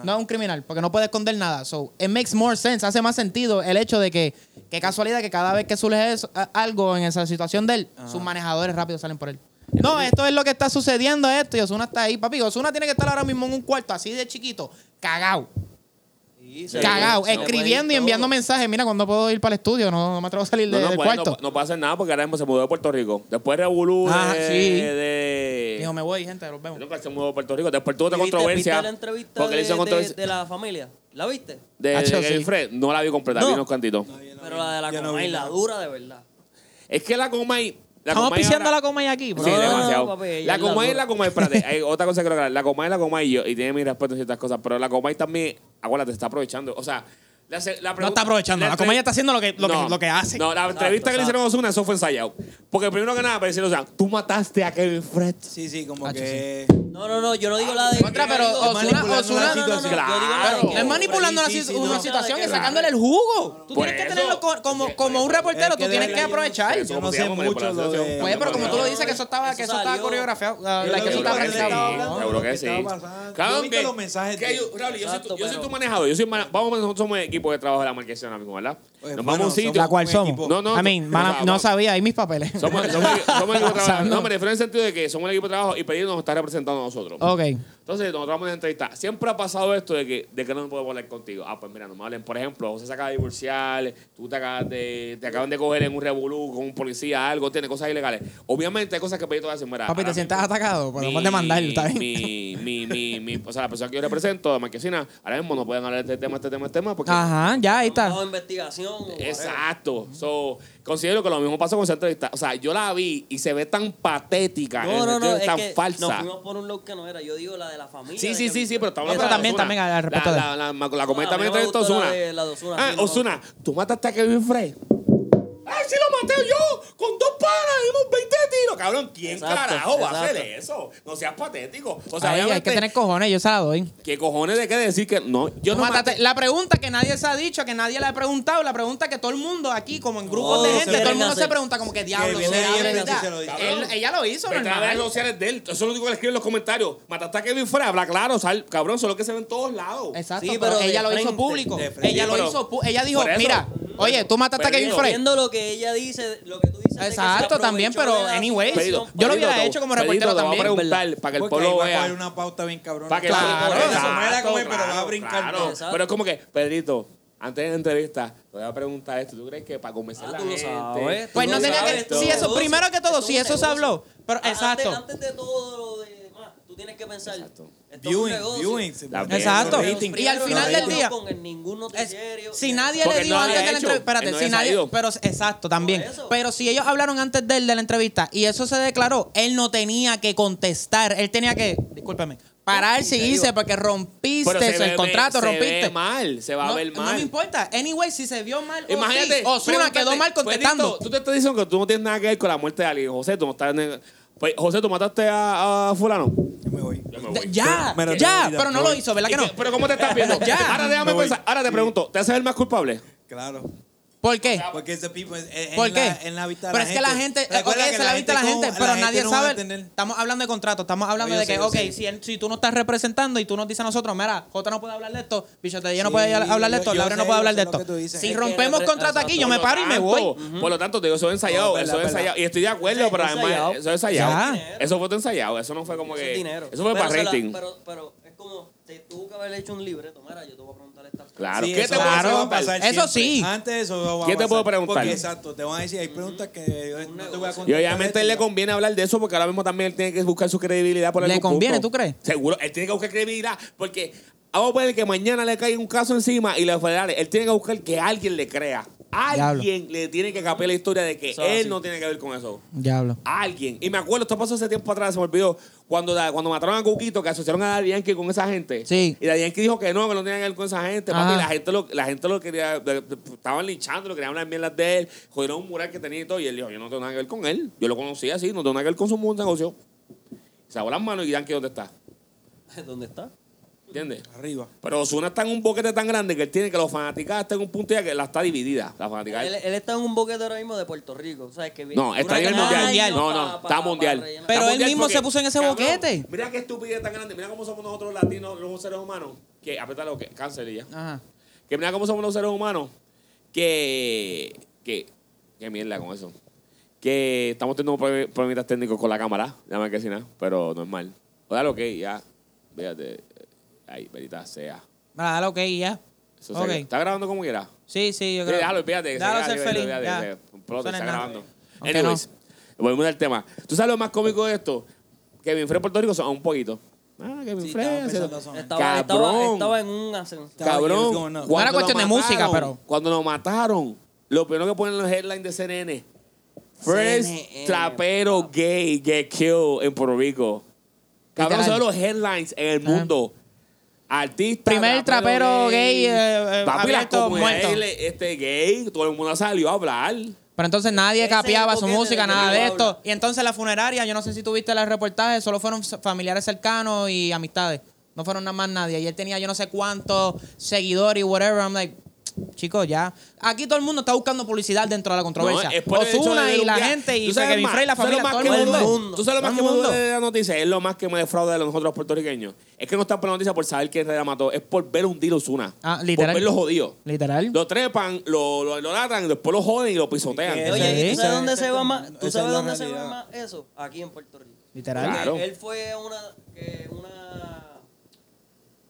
No es un criminal, porque no puede esconder nada. So, it makes more sense, hace más sentido el hecho de que, qué casualidad que cada vez que surge eso- a- algo en esa situación de él, sus manejadores rápido salen por él. No, esto es lo que está sucediendo, esto, y Osuna está ahí, papi. Osuna tiene que estar ahora mismo en un cuarto así de chiquito, cagao,
Sí, se-
cagao,
se puede
escribiendo y
ir
enviando
todo.
mensajes. Mira, cuando puedo ir para el estudio, no, no me atrevo a salir
No,
de-
no,
del
puede, no,
cuarto.
no puede hacer nada porque ahora mismo se mudó de Puerto Rico. Después Revolú
Ah,
de,
sí.
de-
Dijo, me voy, gente, los vemos.
Nunca se mudó de Puerto Rico. Después tuvo otra
¿Y viste-
controversia.
¿Viste la entrevista
porque le hizo
de- de,
controversia.
de la familia? ¿La viste?
De,
Ah,
de
yo sí.
Kevin Fred, no la vi completa,
No.
vi unos cantitos.
Pero la de la coma y la dura de verdad.
Es que la Comay. La
Estamos
Comay
pisando
ahora-
la Ah, coma y aquí.
Sí,
bro.
No, no,
demasiado.
no, papi, ella
la
es la
Comay es
dura.
la Comay, espérate. Hay otra cosa que lograr. La Comay es la Comay y, yo, y tiene mi respeto en ciertas cosas, pero la Comay también, acuérdate, está aprovechando. O sea, la, se- la
No
pregunta-
está aprovechando. La
entre-
coma ya está haciendo lo que, lo
No.
que, lo que hace.
No, la entrevista que le hicieron a Osuna, eso fue ensayado. Porque primero que nada, parecieron, o sea, tú mataste a Kevin Fred.
Sí, sí, como
Ah,
que.
No, no, no, yo no digo la de.
Contra,
yo no
pero
digo-
Ozuna-
manipulando
Ozuna-
la situación.
no, no, no,
Yo digo la
claro.
de que-
Es
Es manipulando una,
Sí, sí,
situ- una
no.
situación y
Claro.
sacándole el jugo. Tú
Por
tienes que
eso.
tenerlo co- como, como un
Es
reportero, tú
de
tienes que
verdad yo no-
aprovechar.
Yo no sé
Eso,
mucho lo de.
manipulación.
Pues, pero como tú lo dices, que eso estaba,
Eso
que eso estaba
salió.
coreografiado. ah,
Yo
like, que eso
creo
estaba
que sí,
organizado.
hablando
seguro
de lo
que
que
sí.
estaba pasando.
Claro
Yo vi
que-
todos los mensajes
que
de-
yo- Raúl, yo soy tu-
Exacto,
yo soy tu
pero-
manejador, yo soy mana- vamos, nosotros somos equipo de trabajo de la marquesina ahora mismo, ¿verdad?
Pues,
Nos vamos
bueno,
a un sitio.
somos- ¿Cuál somos?
No, no,
I mean,
no,
mala-
o sea,
no
vamos-
sabía ahí mis papeles.
Somos, somos, somos
(laughs)
equipo de trabajo.
Pasando.
No, me refiero en el sentido de que somos el equipo de trabajo y Pedir nos está representando a nosotros.
(laughs) Ok.
Entonces, nosotros vamos a entrevista. Siempre ha pasado esto de que, de que no podemos hablar contigo. Ah, pues mira, no me hablen. Por ejemplo, José se acaba de divorciar, tú te, acabas de, te acaban de coger en un revolú con un policía, algo, tiene cosas ilegales. Obviamente hay cosas que Pedrito hace. Mira,
Papi,
ahora
te sientas
mismo,
atacado. Podemos
mi-
demandarlo, ¿está bien?
Mi, mi, mi, mi- o sea, la persona que yo represento, de Marquesina, ahora mismo no pueden hablar de este tema, este tema, este tema, porque
Ajá, ya, ahí está.
Bajo investigación. o whatever.
Exacto. So, considero que lo mismo pasa con esa entrevista. O sea, yo la vi y se ve tan patética, en el
No, no,
sentido
no.
de
Es
tan
que
falsa.
nos fuimos por un lado que no era. Yo digo la de la familia.
Sí,
de
sí,
que-
sí, sí, pero estamos
Eso
hablando
también,
de Ozuna.
también, al respecto de-
La, la, la, la comenta
a mí
también
no me
entrevistó
gustó
Osuna.
la de- la de Ozuna,
Ah,
sí, no me
Osuna, tú mataste a Kevin Frey. ¡Ay, sí lo maté yo! Con dos panas, dimos 20 tiros. Cabrón, ¿quién
Exacto,
carajo va a hacer eso?
exacto.
No seas patético. O sea,
Ahí hay
obviamente,
que tener cojones, yo se la doy.
¿qué cojones de qué decir que no? Yo no,
Mátate.
maté.
La pregunta que nadie se ha dicho, que nadie le ha preguntado, la pregunta que todo el mundo aquí, como en grupos
Todos
de
Oh, se
gente, todo el
quieren
mundo se
hacer.
pregunta como que diablo,
Que
¿será
viene bien,
verdad?
así se lo dice.
Él- Ella lo hizo,
Vete a las redes
normal.
sociales de él. Eso es lo único que le escriben en los comentarios. Mataste a Kevin Frey, habla claro, sal, cabrón, eso es lo que se ve en todos lados.
Exacto,
Sí,
pero,
pero de
ella lo hizo
frente,
público.
de frente.
Ella
Sí,
lo
pero-
hizo, pu- ella dijo,
por eso.
mira, oye, tú mataste a Kevin
Perdido.
Frey.
Viendo lo que ella dice, lo que tú dices. de que se
Exacto, también,
aprovechó
pero
de la
anyways,
situación.
yo
pues,
lo
Pedrito,
hubiera
te-
hecho como
Pedrito,
reportero
te vamos a
también.
preguntar para que el
Porque ahí
pueblo
va a coger
vea.
una pauta bien cabrona.
Para que
Claro,
claro,
Por eso,
exacto,
me la come, pero va a brincar.
claro.
Exacto.
Pero es como que, Pedrito, antes de la entrevista, te voy a preguntar esto. ¿Tú crees que para convencer
Ah,
a la
tú lo
gente?
sabes, tú
Pues no
lo
tenía
sabes,
que.
todo.
Sí, eso,
Negocio,
primero que todo,
es un
sí, eso se
negocio.
habló. Pero
Antes-
exacto.
Antes de todo lo de demás, tú tienes que pensar. esto es un
Viewing,
negocio.
viewing.
También.
Exacto.
Pero
Y
primero
al final
no
del
vino
día-
Con el ningún
Es-
noticiero.
si nadie
Porque
le
él
dijo
no
antes
había
de la
hecho,
entrevista,
él
espérate,
no
si
había
nadie,
salido.
pero exacto también,
Por eso.
pero si ellos hablaron antes de él de la entrevista y eso se declaró, él no tenía que contestar, él tenía que, discúlpame,
Oh,
pararse y irse porque rompiste
Pero se ve-
el contrato,
se
rompiste.
Ve mal, se va
no,
a ver
no
mal.
me importa. Anyway, si se vio mal,
Imagínate.
o sí, Ozuna
pregúntate,
quedó mal contestando.
Pedrito, tú te estás diciendo que tú no tienes nada que ver con la muerte de alguien. José, tú no estás. en- Pues, José, tú mataste a, a Fulano.
Yo me voy.
Yo me voy.
De- ya,
Me retiro,
ya,
mira,
pero no
me
lo
voy.
hizo, ¿verdad
¿Y
que no?
qué- Pero ¿cómo te estás viendo?
(laughs) Ya.
Ahora déjame
Me voy.
pensar. Ahora te pregunto, ¿te haces el más culpable?
Claro.
¿Por qué?
Porque es the people. es- es-
¿Por
en
qué?
La, en la vista de
pero es que la gente, eh, ok,
Recuerda que
se la vista a la
con-
gente, pero
la
nadie
gente no va a
sabe.
entender.
Estamos hablando de contrato, estamos
No,
hablando
yo
de que,
sé, yo
ok,
sé.
si, en- si tú no estás representando y tú nos dices a nosotros, mira, Jota no puede hablar de esto, Bicho Tadilla no
Sí,
puede hablar de esto,
yo-
Laura
yo
no
sé,
puede
yo
hablar de
sé lo
esto.
que tú dices.
Si
Es que
rompemos
re-
contrato aquí, yo me paro y
Por
me
lo
voy.
tanto, Por lo tanto, te digo, eso es ensayado,
No, verdad,
eso es
verdad.
ensayado. Y estoy de acuerdo,
Sí,
pero además,
ensayado.
eso es ensayado.
Ya.
Eso fue ensayado, eso no fue como
Eso
que.
es dinero.
Eso fue
Pero se
para
la-
rating.
Pero, pero es como, te tuvo que haber hecho un libreto. Mira, yo te voy a preguntar estas cosas.
Claro.
Sí,
¿Qué
eso
te puedo
va- eso va a
preguntar?
pasar
Eso
siempre.
sí.
Antes de eso va a
¿Qué te
pasar.
puedo preguntar?
Porque, exacto, te van a decir, hay preguntas que yo no te voy a contestar.
Y obviamente a él le
esto.
conviene hablar de eso porque ahora mismo también él tiene que buscar su credibilidad por
¿Le
algún
conviene,
punto.
tú crees?
Seguro, él tiene que buscar credibilidad porque vamos a poner que mañana le caiga un caso encima y los federales, él tiene que buscar que alguien le crea.
Diablo.
Alguien le tiene que capear la historia de que
Eso es
él
así.
no tiene que ver con eso.
Diablo.
Alguien. Y me acuerdo, esto pasó hace tiempo atrás, se me olvidó. Cuando, da- cuando mataron a Cuquito, que asociaron a Daddy Yankee con esa gente.
Sí.
Y Daddy Yankee dijo que no, que no tenía que ver con esa gente.
Ajá.
Papi, la gente lo, la gente lo quería, de- de- estaban linchando, lo querían hablar mierdas de él. Jodieron un mural que tenía y todo. Y él dijo, yo no tengo nada que ver con él. Yo lo conocí así, no tengo nada que ver con su mundo de negocio. Se lavó las manos y Yankee, ¿dónde está?
(laughs) ¿Dónde está?
¿Entiendes?
Arriba.
Pero Osuna está en un boquete tan grande que él tiene que los fanaticados están en un punto ya que la está dividida. La fanaticada.
Él, él está en un boquete ahora mismo de Puerto Rico. O sea, es que
No, está a
en
nivel
que no
mundial.
hay mundial.
No, no, está mundial. Está
Pero él
mundial
mismo se puso en ese boquete.
Mira qué estupidez tan grande. Mira cómo somos nosotros los latinos, los seres humanos. Que, apretalo, que cáncer y ya.
Ajá.
Que mira cómo somos los seres humanos. Que. Que. Que mierda con eso. que estamos teniendo pro- problemitas técnicos con la cámara, ya me que si nada, pero normal. O dale ok, ya. Fíjate. Ay, verita sea.
Nada, dale ok y ya.
Eso
Ok.
se- ¿Está grabando como quiera?
Sí, sí, yo
Sí,
creo.
déjalo, Eh, fíjate. que se
Déjalo
queda
ser
ahí,
feliz.
fíjate,
ya.
que un plote,
Eso no es
está
nada.
grabando.
Aunque
Anyways, volvemos al tema. ¿Tú sabes lo más cómico de esto? Que mi en Puerto Rico son un poquito. Ah, que mi
Sí, estaba pensando eso.
Estaba,
Cabrón.
estaba, estaba en un ascensor.
Estaba
Cabrón.
yo, no. No
cuando
era cuestión
lo
de música, pero-
Cuando lo mataron, lo primero que ponen en los headlines de CNN. First
CNN,
trapero gay get killed en Puerto Rico. Cabrón,
Literal.
son los headlines en el
Ajá.
mundo. Artista.
Primer trapero gay, eh, eh,
Papi, la
abierto,
comunidad
muerto.
L- este gay, todo el mundo salió a hablar.
Pero entonces nadie
Ese es
capeaba
el
su
boquete
música,
del que
nada
tú
de
hablas.
esto. Y entonces la funeraria, yo no sé si tú viste el reportaje, solo fueron s- familiares cercanos y amistades. No fueron nada más nadie. Y él tenía yo no sé cuántos seguidores y whatever. I'm like, chicos, ya. Aquí todo el mundo está buscando publicidad dentro de la controversia.
No, es por el hecho
Osuna
de
y la
denunciar.
gente y
¿Tú sabes
Kevin
más?
Frey, la
¿Tú sabes
familia,
lo más
todo
que
el
me duele?
mundo.
¿Tú sabes lo más que
Todo
me
el
duele
mundo.
de la noticia? Es lo más que me defrauda de nosotros los puertorriqueños. Es que no están por la noticia por saber quién la mató. Es por ver hundir a Osuna.
Ah, literal.
Por verlo jodido.
Literal.
Lo trepan, lo, lo, lo latan, después lo joden y lo pisotean.
Que-
Oye, ¿y
Sí.
¿tú sabes dónde se va más?
Esa
¿Tú
es
sabes
la
dónde se va
realidad.
más eso? Aquí en Puerto Rico.
Literal.
Claro.
Porque Él fue a una, que una.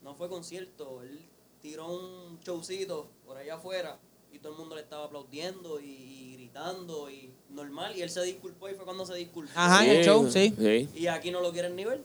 No fue concierto, él tiró un showcito por allá afuera y todo el mundo le estaba aplaudiendo y gritando y normal. Y él se disculpó y fue cuando se disculpó.
Ajá. Ah, en el show, sí.
Y aquí no lo quieren ni ver.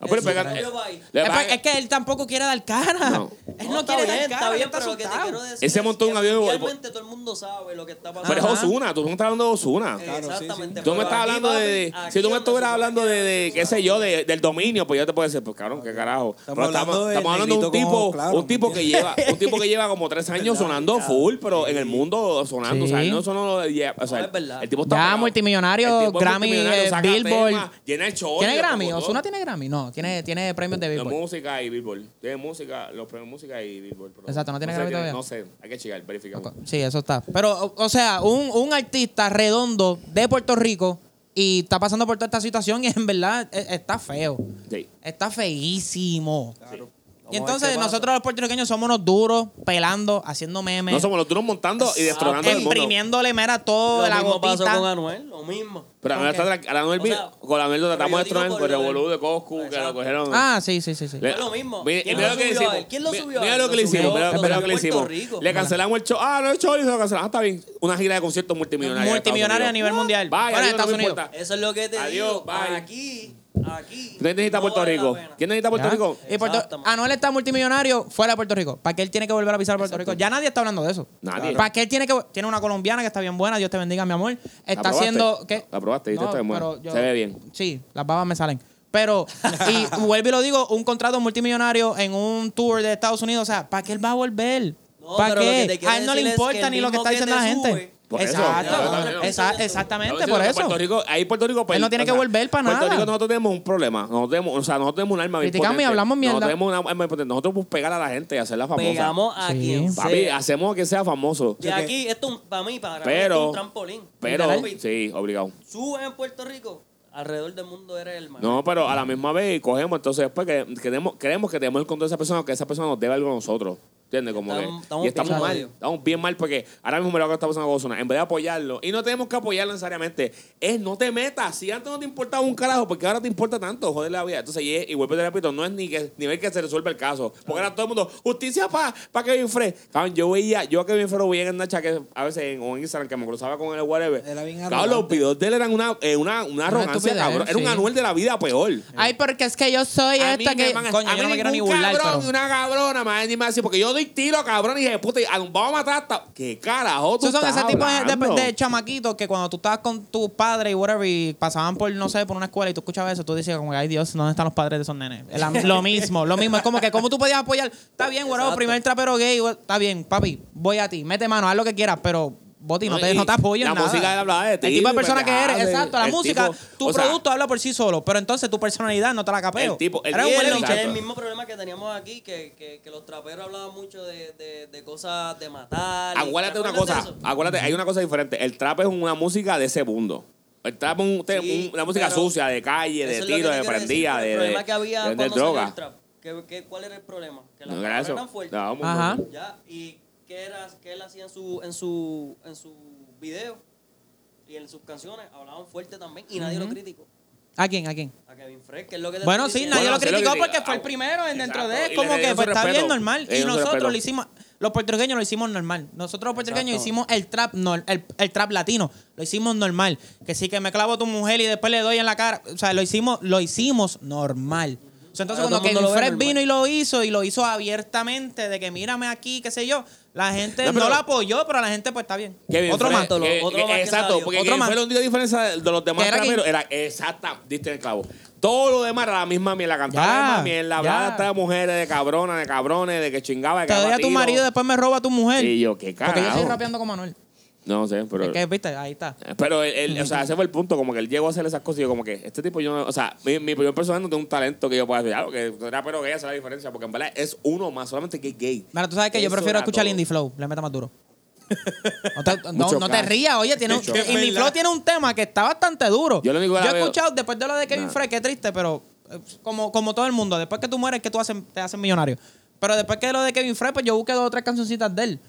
Ah, pero
En su
pega-
propio
eh,
país.
le
Es,
pasa-
pa- es que él tampoco quiere dar cara.
No.
Él no, quiere dar cara.
está bien,
está
pero lo que te
asustado.
quiero decir.
Ese
es
montó
que
un avión y-
Realmente todo el mundo sabe lo que está pasando.
Pero es
Ajá.
Osuna, tú no estás hablando de Osuna.
Claro, sí, sí.
Exactamente.
Tú me
pero
estás
aquí,
hablando de.
papi,
de-
aquí
si tú me
donde
estuvieras
se
hablando de,
supone
de,
que-
qué sé yo, de- del dominio, pues yo te puedo decir, pues cabrón, qué carajo. Pero Estamos,
hablando del
estamos hablando de un
negrito
tipo,
como- claro,
un tipo
¿me
que lleva, un tipo que lleva como
(laughs)
tres años sonando full, pero en el mundo sonando. O sea,
Sí.
no sonó. yeah, o sea,
No, es verdad.
El tipo
Ya,
pegado.
multimillonario,
El tipo es
Grammy, eh,
saca
Billboard.
temas, llena el show.
¿Tiene Grammy? Osuna tiene Grammy. No, tiene, tiene premios de Billboard.
música y Billboard. Tiene música, los premios de música y Billboard. pero
Exacto, no tiene
sé
Grammy
quién-
todavía.
No sé, hay que checar, verificamos.
Sí, eso está. Pero, o, o sea, un, un artista redondo de Puerto Rico y está pasando por toda esta situación y en verdad e- está feo.
Sí.
Está feísimo.
Claro.
Y
Vamos a ver
entonces
qué pasa.
nosotros los puertorriqueños somos unos duros, pelando, haciendo memes,
No somos los duros montando y destronando el mundo.
imprimiéndole mera todo
Lo
de la
mismo pasó con
gotita.
Anuel, lo mismo.
Pero Anuel está tra- Anuel vi-
O sea,
con Anuel lo
pero
tratamos de
yo digo
tronar
por
con el
lo del-
revolú de Coscu, que lo
Exacto.
cogieron.
Ah, sí, sí, sí, sí.
Le-
Es lo mismo.
Mira,
¿Quién
mira
lo
lo que le
subió a
hicimos.
él? ¿Quién lo
Mira-
subió a
Mira
él?
lo que
Lo
le hicimos. Mira
subió- lo
mira lo
subió
que le
Puerto
hicimos.
Rico.
Le cancelamos el show. Ah, no, el show y se lo cancelamos. Ah, está bien. Una gira de conciertos multimillonaria. de Estados
Multimillonario a
Unidos.
nivel mundial.
Vaya,
Bueno, en
Dios, no
Estados
me
Unidos.
importa.
Eso es lo que te
Adiós,
digo.
bye.
Aquí, aquí.
¿Quién necesita
no
Puerto
vale la
Rico?
pena.
¿Quién necesita Puerto
Ya.
Rico?
Y Puerto-
Exactamente.
Anuel está multimillonario fuera de Puerto Rico. ¿Para qué él tiene que volver a pisar Puerto Rico? Ya nadie está hablando de eso.
Nadie.
¿Para qué él tiene que Tiene una colombiana que está bien buena, Dios te bendiga, mi amor. Está
probaste?
haciendo. ¿qué?
La probaste, viste, está bien buena.
pero yo-
Se ve bien.
Sí, las babas me salen. Pero,
(laughs)
y vuelvo y lo digo, un contrato multimillonario en un tour de Estados Unidos, o sea, ¿para qué él va a volver?
No,
¿Para
pero lo que
qué?
te quiero
a él no le
decir es que
importa
el
ni lo que
mismo
está
que
diciendo
te
la
sube,
gente.
Por eso,
ya,
Exacto,
también.
esa-
Estamos
exactamente,
diciendo
por
que
eso.
Puerto Rico, ahí Puerto Rico, pues,
Él no tiene
o
que
sea,
volver para
Puerto
nada.
Rico nosotros tenemos un problema. Nosotros tenemos, o sea, nosotros tenemos un arma bien
Criticamos y
potente.
hablamos mierda.
Nosotros tenemos un arma bien potente. Nosotros podemos pegar a la gente y hacerla famosa.
Pegamos a
Sí.
quien
Papi,
sea.
hacemos que sea famoso.
Y aquí, esto para mí, para mí,
Pero-
esto es un trampolín.
Pero,
Papi,
sí, obligado.
Sube en Puerto Rico, alrededor del mundo eres el man.
No, pero a la misma vez cogemos, entonces después que queremos, queremos que tenemos el control de esa persona, que esa persona nos debe algo a nosotros. ¿Entiendes? Como
Estamos-
que
estamos
y estamos
bien
mal.
jodidos.
Estamos bien mal porque ahora mismo mira lo que está pasando con Ozuna. En vez de apoyarlo, y no tenemos que apoyarlo necesariamente, es no te metas. Si antes no te importaba un carajo, porque ahora te importa tanto, joder la vida. Entonces, y, es- y vuelvo y te repito, no es ni, que, ni ver que se resuelve el caso. Porque ahora todo el mundo, justicia para pa Kevin Frey. Cabrón, yo veía, yo a Kevin Frey lo veía en Nacha, que a veces en, o en Instagram, que me cruzaba con él, whatever.
Era bien
Cabrón, los
arrogante.
videos de él eran una, eh, una, una arrogancia,
estupidez,
cabrón. Era un
sí.
anuel de la vida peor.
Ay, porque es que yo soy
A mí
esta
me
que.
van a-
Coño,
a
yo no
mí
me quiero ni
ningún
burlar,
cabrón,
pero.
ni una cabrona, más ni me va a decir, porque yo doy tiro, cabrón, y dije, puta, y a- vamos a matar hasta... ¿Qué carajo tú
Esos son
estás
ese tipo de-
hablando?
de, de chamaquitos que cuando tú estabas con tus padres y whatever y pasaban por, no sé, por una escuela y tú escuchabas eso, tú decías como, que, ay Dios, ¿dónde están los padres de esos nenes? La- lo mismo, lo mismo. Es como que, ¿cómo tú podías apoyar? Está bien, whatever,
Exacto.
primer trapero gay, wha- está bien, papi, voy a ti, mete mano, haz lo que quieras, pero, Boti, no,
No,
te,
y
no te apoyo en
la
nada.
música él hablaba de
El
ti,
tipo de persona que eres,
pendejadas,
exacto, la
el
música,
tipo-
tu
o sea,
producto habla por sí solo, pero entonces tu personalidad no te la capeo.
El tipo- el
Eres un
tipo-
Y
huele
es lo-
Exacto.
es el mismo problema que teníamos aquí, que, que, que los traperos hablaban mucho de, de, de cosas de matar. y-
Acuérdate
¿te
una
acuerdas
cosa, ah,
de eso?
acuérdate, hay una cosa diferente. El trap es una música de ese mundo. El trap es un- te-
Sí,
un- una música
pero
sucia, de calle, de
Eso es lo que
tiro,
te
de
quiero decir,
prendida,
pero
de,
El
de,
problema que había
de- de
cuando salió
droga.
el trap. ¿Qué- qué- ¿Cuál era el problema? Que las
No, era
palabras
eso.
eran fuertes.
No, muy-
Ajá.
Ya, ¿y qué, era, qué él hacía en su, en su, en su video? y en sus canciones hablaban fuerte también y nadie lo criticó.
¿A quién? ¿A quién?
A Kevin Fred, que es lo que te
Bueno,
estoy
sí,
diciendo.
nadie
Bueno,
lo
sí lo
criticó
critica-
porque fue el
ah,
primero en dentro
exacto.
de
Y
él.
le
Como
dieron
que
su
pues, está
respeto.
bien normal.
Le
Y
dieron su
nosotros lo
respeto.
hicimos. Los puertorriqueños lo hicimos normal. Nosotros los puertorriqueños
Exacto.
hicimos el trap, nor- el, el trap latino. Lo hicimos normal. Que sí, que me clavo a tu mujer y después le doy en la cara. O sea, lo hicimos, lo hicimos normal. O sea, entonces,
Ahora todo
cuando
el
Kevin
mundo lo ve
Fred
normal.
vino y lo hizo, y lo hizo abiertamente, de que mírame aquí, qué sé yo, la gente
No,
no,
pero-
la apoyó, pero la gente pues está bien.
Kevin
Otro
Fred,
más.
Tolo,
que-
otro
que-
más que
Exacto,
salió.
porque
Otro
Kevin
más.
Fred un día de diferencia de de los demás
Que era
traperos
que-
era exacta, diste en el clavo. Todo lo demás era la misma mierda, cantaba
Ya,
la misma mierda, hablaba
ya.
hasta de mujeres, de cabronas, de cabrones, de que chingaba, de que
Te doy a tu
abatido.
marido, después me roba a tu mujer.
Y yo, qué
porque yo estoy
carajo.
rapeando con Manuel.
No sé, pero...
Es que, viste, ahí está.
Pero él, él- o sea, ese fue el punto, como que él llegó a hacer esas cosas y yo como que este tipo yo, no- o sea, mi, mi primer personaje no tiene un talento que yo pueda ah, hacer, algo que era pero gay hace la diferencia, porque en verdad es uno más, solamente que es gay.
Mira, tú sabes que yo
Eso era
prefiero escuchar
todo.
Indie Flow, le meta
(laughs)
más duro. No te, no,
Mucho
no te
gas.
rías, oye, tiene un-
Mucho
gas.
Indie
Es verdad.
Flow tiene un tema que está bastante duro.
Yo lo único que la
he
veo-
escuchado después de lo de Kevin
Nah.
Frey, qué triste, pero eh, como, como todo el mundo, después que tú mueres, que tú haces, te hacen millonario. Pero después que lo de Kevin Frey, pues yo busqué dos o tres cancioncitas de él.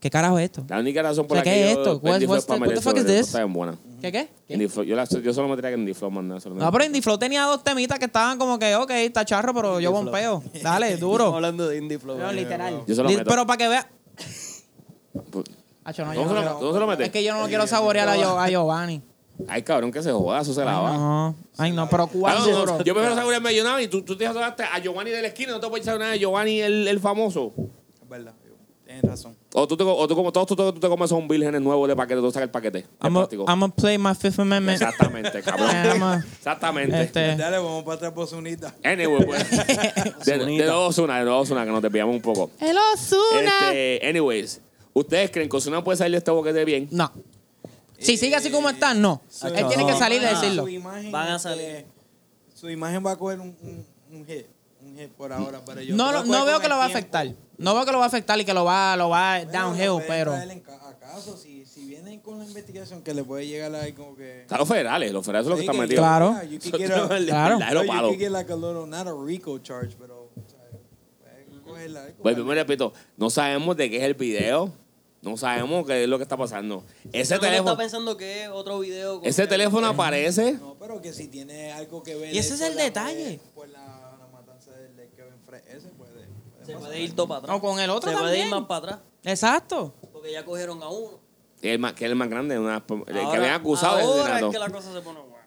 ¿Qué carajo es esto?
La única razón por
O
la
sea,
que
¿qué es
yo...
esto?
Bendy
What's-
Flow
what's
para
the- what the fuck
merecer,
is this?
está bien buena.
¿Qué qué? ¿Qué?
Indie Flow, yo, la- yo solo me diría que Indie Flow más nada. solamente.
No, pero Indie Flow tenía dos temitas que estaban como que, ok, está charro, pero yo
Indie Flow.
bompeo. Dale,
Estamos (laughs)
duro.
hablando de Indie Flow.
No, literal.
Yo se lo
Li-
meto.
Pero para que veas.
Pues,
Acho, no, yo
¿Cómo se
no
lo-
quiero-
cómo se lo mete?
Es que yo no quiero saborear a, Gio- a Giovanni.
Ay, cabrón, que se joda, eso se la va.
No. Ay, no, pero
Ah,
cuán
no, no,
duro.
Yo prefiero asegurarme de Giovanni. Tú, tú te aseguraste a Giovanni de la esquina, no te puedes echar nada de Giovanni el, el famoso.
Es verdad, tienes razón.
O tú, te, o tú como todos tú, tú te comes son vírgenes nuevos de paquete, tú sacas el paquete. de
I'm
plástico.
gonna play my Fifth Amendment. (laughs)
Exactamente, cabrón.
Eh, ama.
Exactamente.
Este,
Dale, vamos para atrás, Bozunita.
Anyway,
(laughs)
pues. de, de los Osuna, de los Osuna, que nos desviamos un poco.
¡El Ozuna!
Este, anyways, ¿ustedes creen que Osuna puede salir de este boquete bien?
No. Si sigue así como está, no.
Su-
Él tiene que
no.
salir y
Ah,
decirlo.
Su imagen,
Van a
este,
salir.
su imagen va a coger un, un, un hit. Un hit por ahora. Pero yo
No,
creo
lo- no
con
veo
el
que lo va a
tiempo-
afectar. No veo que lo va a afectar y que lo va, lo va
Bueno, lo
downhill,
pueden
pero...
traer en ca- ¿Acaso? Si, si vienen con la investigación que le puede llegar ahí como que...
Están los federales, los federales son los que
Sí,
están
que-
metidos.
Claro.
yeah, you could get
(laughs)
a-
Ah, Claro.
Verdadero
no, you
palo.
could get like a little, not a Rico charge, pero... o sea, pueden cogerla, eh,
Pues
como-
me repito, no sabemos de qué es el video, no sabemos qué es lo que está pasando. Ese
Todo el
teléfono,
mundo está pensando que es otro video. con
ese
que-
teléfono aparece.
No, pero que si tiene algo que ver...
Y ese es
por
el
la-
detalle.
Por la, la matanza de Kevin Frey, ese puede... puede
Se
pasar.
puede ir todo para atrás.
O con el otro
Se puede ir
también.
más para atrás.
Exacto.
Porque ya cogieron a uno.
El más, que es el más grande, una- el que
Ahora-
habían acusado de
Ahora
asesinato.
es que la cosa se pone buena.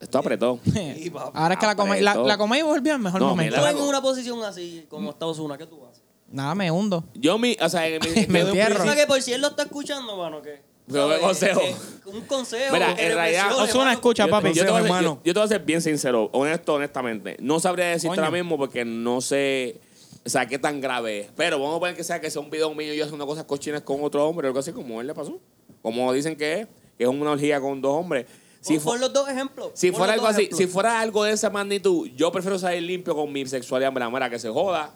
Esto apretó.
(laughs)
Y va-
Ahora es que la coma, la,
Apretó.
la coma y volvió al mejor
No,
momento.
mira,
Tú
la-
en una posición así, como Estados Unidos, ¿qué tú haces?
Nada, me hundo.
Yo mi, o sea, en
(laughs)
mi-
Me
yo-
entierro.
Cosa que por si él lo está escuchando, mano, que.
Pero de consejo.
que- un consejo.
Mira,
que
en realidad,
reflexiones,
Ozuna,
mano.
escucha,
yo-
papi.
Yo, te voy a ser-
hermano.
yo- yo te voy a ser bien sincero, honesto, honestamente. No sabría decirte
Coño.
ahora mismo porque no sé, o sea, qué tan grave es. Pero vamos a poner que sea que sea un video mío y yo haciendo cosas cochinas con otro hombre o algo así, como él le pasó. Como dicen que es, que es una orgía con dos hombres. Si
Pon- pon
fu-
los dos ejemplos.
Si
pon
fuera
los
algo
dos
así,
ejemplos.
si fuera algo de esa magnitud, yo prefiero salir limpio con mi sexualidad, mira, mira, que se joda.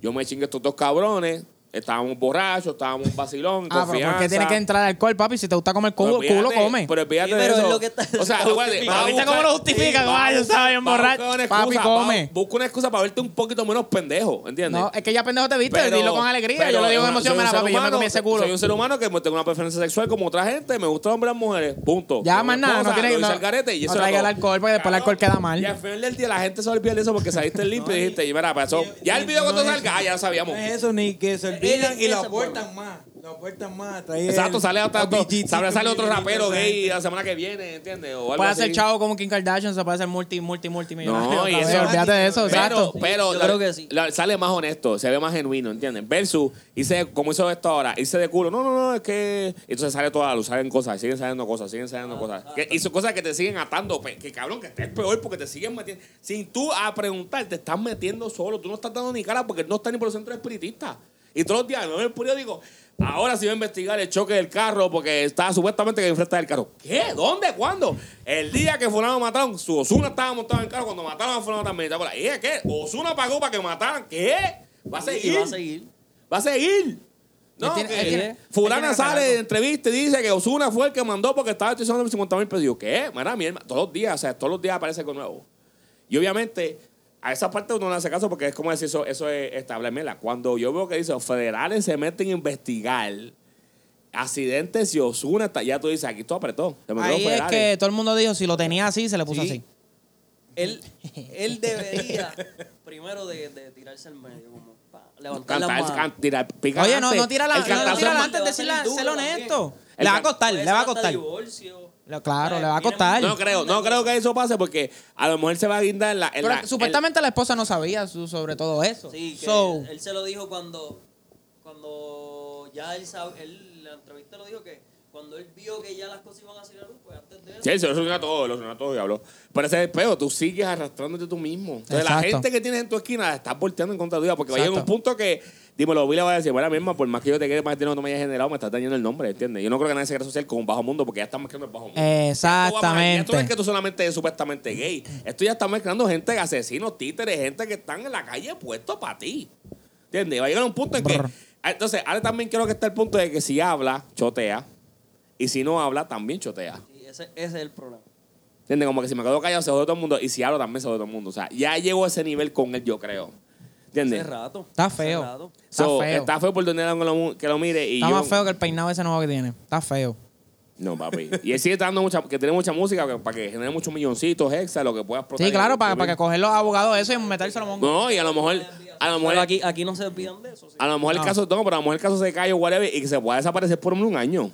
Yo me chingue estos dos cabrones, estábamos borrachos, estábamos un vacilón,
Ah, pero ¿por
confianza.
qué tiene que entrar alcohol, papi? Si te gusta comer
Pero
culo, culo
olvídate,
come.
Pero olvídate
Sí,
de
pero
eso.
es lo que está-
O
(laughs)
sea, igual,
Pero
¿viste cómo lo justifica?
va a
Ay, yo
buscar-
estaba bien
va a buscar
borracho.
una
Papi,
excusa, va a-
come.
Busca una excusa para verte un poquito menos pendejo, ¿entiendes?
No, es que ya pendejo te viste,
Pero-
dilo con alegría.
pero
Yo le digo con
soy
emoción,
un
mira,
ser
papi, yo me
humano,
comí ese culo.
Soy un ser humano que tengo una preferencia sexual como otra gente, me gustan hombres y mujeres, punto.
Ya,
Tengo
más
mi
nada, no
esposa,
tiene que-
lo hice
no-
al garete y
no
eso era
traiga el
todo.
alcohol, porque después el alcohol
Cabrón,
queda mal.
Y al final del día la gente se olvida de eso porque saliste limpio y dijiste, y mira, pasó.
Yo-
Ya el video
no
cuando
es-
salga, ah, ya lo sabíamos.
No
Eh,
es eso, ni que se olvidan y
ese
lo
pueblo.
aportan más. Lo aportan más. traer
Exacto, sale hasta otro,
RPGs,
sabrá sale otro
cosas
rapero
de-
gay la semana que viene, ¿entiendes? O algo
Puede
así.
hacer chavo como Kim Kardashian, se puede hacer multi, multi, multi
No, y eso-
Olvídate de eso,
Pero-
exacto.
Pero, pero
Yo
la-
creo que sí.
la- sale más honesto, se ve más genuino, ¿entienden? Versus, hice, como hizo esto ahora, hice de culo, no, no, no, es que. Entonces sale toda la luz, salen cosas, siguen saliendo cosas, siguen saliendo cosas. Que hizo cosas que te siguen atando, pe- que cabrón, que estés peor porque te siguen metiendo. Sin tú a preguntar, te estás metiendo solo, tú no estás dando ni cara porque no estás ni por el centro espiritista. Y todos los días no en el periódico. Ahora sí va a investigar el choque del carro porque está supuestamente que enfrente del carro. ¿Qué? ¿Dónde? ¿Cuándo? El día que Fulano mataron, su Osuna estaba montado en el carro cuando mataron a Fulano también. ¿Te acuerdas? ¿Y es qué? Osuna pagó para que mataran. ¿Qué? Va a
Y
seguir.
va a seguir.
Va a seguir. No,
Él tiene-
que eh,
él tiene-
Fulana
él tiene
sale
razón.
de entrevista y dice que Osuna fue el que mandó porque estaba utilizando 50 mil pesos. Y yo, ¿Qué? Mira, mi hermano, todos los días, o sea, todos los días aparece algo nuevo. Y obviamente, a esa parte uno no le hace caso porque es como decir, eso, eso es estable. Mira, cuando yo veo que dice, los federales se meten a investigar accidentes y Osuna, ya tú dices, aquí todo apretó. Se metió
Ahí es
Ferrari.
que todo el mundo dijo, si lo tenía así, se le puso
Sí.
así.
Él, él debería (laughs) primero de, de tirarse al medio, como pa, levantar la
Cantar,
mano.
can- tirar, pica
Oye, no,
adelante.
no tira la,
El
no,
cantazo
no
es
tira la
más-
antes,
más-
decirle,
Duro
ser
también.
honesto.
El
Le va a
can-
costar,
Puede
le va a
ser hasta
costar.
divorcio.
Lo- Claro,
Eh,
le va a
tiene
costar.
mucho-
No creo, no creo que eso pase porque a lo mejor se va a guindar en la. en
Pero
la- en-
supuestamente la esposa no sabía su- sobre todo eso.
Sí, que
so,
él, él se lo dijo cuando, cuando ya él sabe, él, la entrevista lo dijo que cuando él vio que ya las cosas iban a salir a luz, pues antes de eso.
Sí, se lo suena todo, lo suena todo y habló. Pero ese es el peo, tú sigues arrastrándote tú mismo. Entonces, la
Exacto.
gente que tienes en tu esquina la estás volteando en contra tuya porque va a llegar un
Exacto.
punto que, dímelo, Vila va a decir, bueno, misma, por más que yo te quiera, más dinero que tú me hayas generado, me estás dañando el nombre, ¿entiendes? Yo no creo que nadie se quiera asociar con un bajo mundo porque ya están mezclando el bajo mundo. Ya tú vas a- ya tú no es que
exactamente.
tú solamente eres supuestamente gay. Esto ya está mezclando gente de asesinos, títeres, gente que están en la calle puesto para ti. ¿Entiendes? Va a llegar un punto en que. Ah,
Brr.
Entonces, ahora también creo que está el punto de que si habla, chotea. Y si no habla, también chotea.
Sí, ese, ese es el problema.
¿Entiendes? Como que si me quedo callado, se jode todo el mundo. Y si hablo, también se jode todo el mundo. O sea, ya llego a ese nivel con él, yo creo.
Hace
¿Entiendes?
rato.
Está
hace
feo.
rato.
Está
So,
feo.
Está feo por tener a alguien que lo mire. Y
Está
yo,
más feo que el peinado ese nuevo que tiene. Está feo.
No, papi. Y él sigue dando mucha, que tiene mucha música que- para que genere muchos milloncitos extra, lo que pueda explotar.
Sí, claro,
Y-
para, para que coger los abogados eso y metérselo a mongo.
No, y a lo mejor, a lo mejor,
Pero aquí, aquí no se olvidan de eso. sí.
a lo mejor
No.
el caso, no, pero a lo mejor el caso se cae o whatever y que se pueda desaparecer por un año.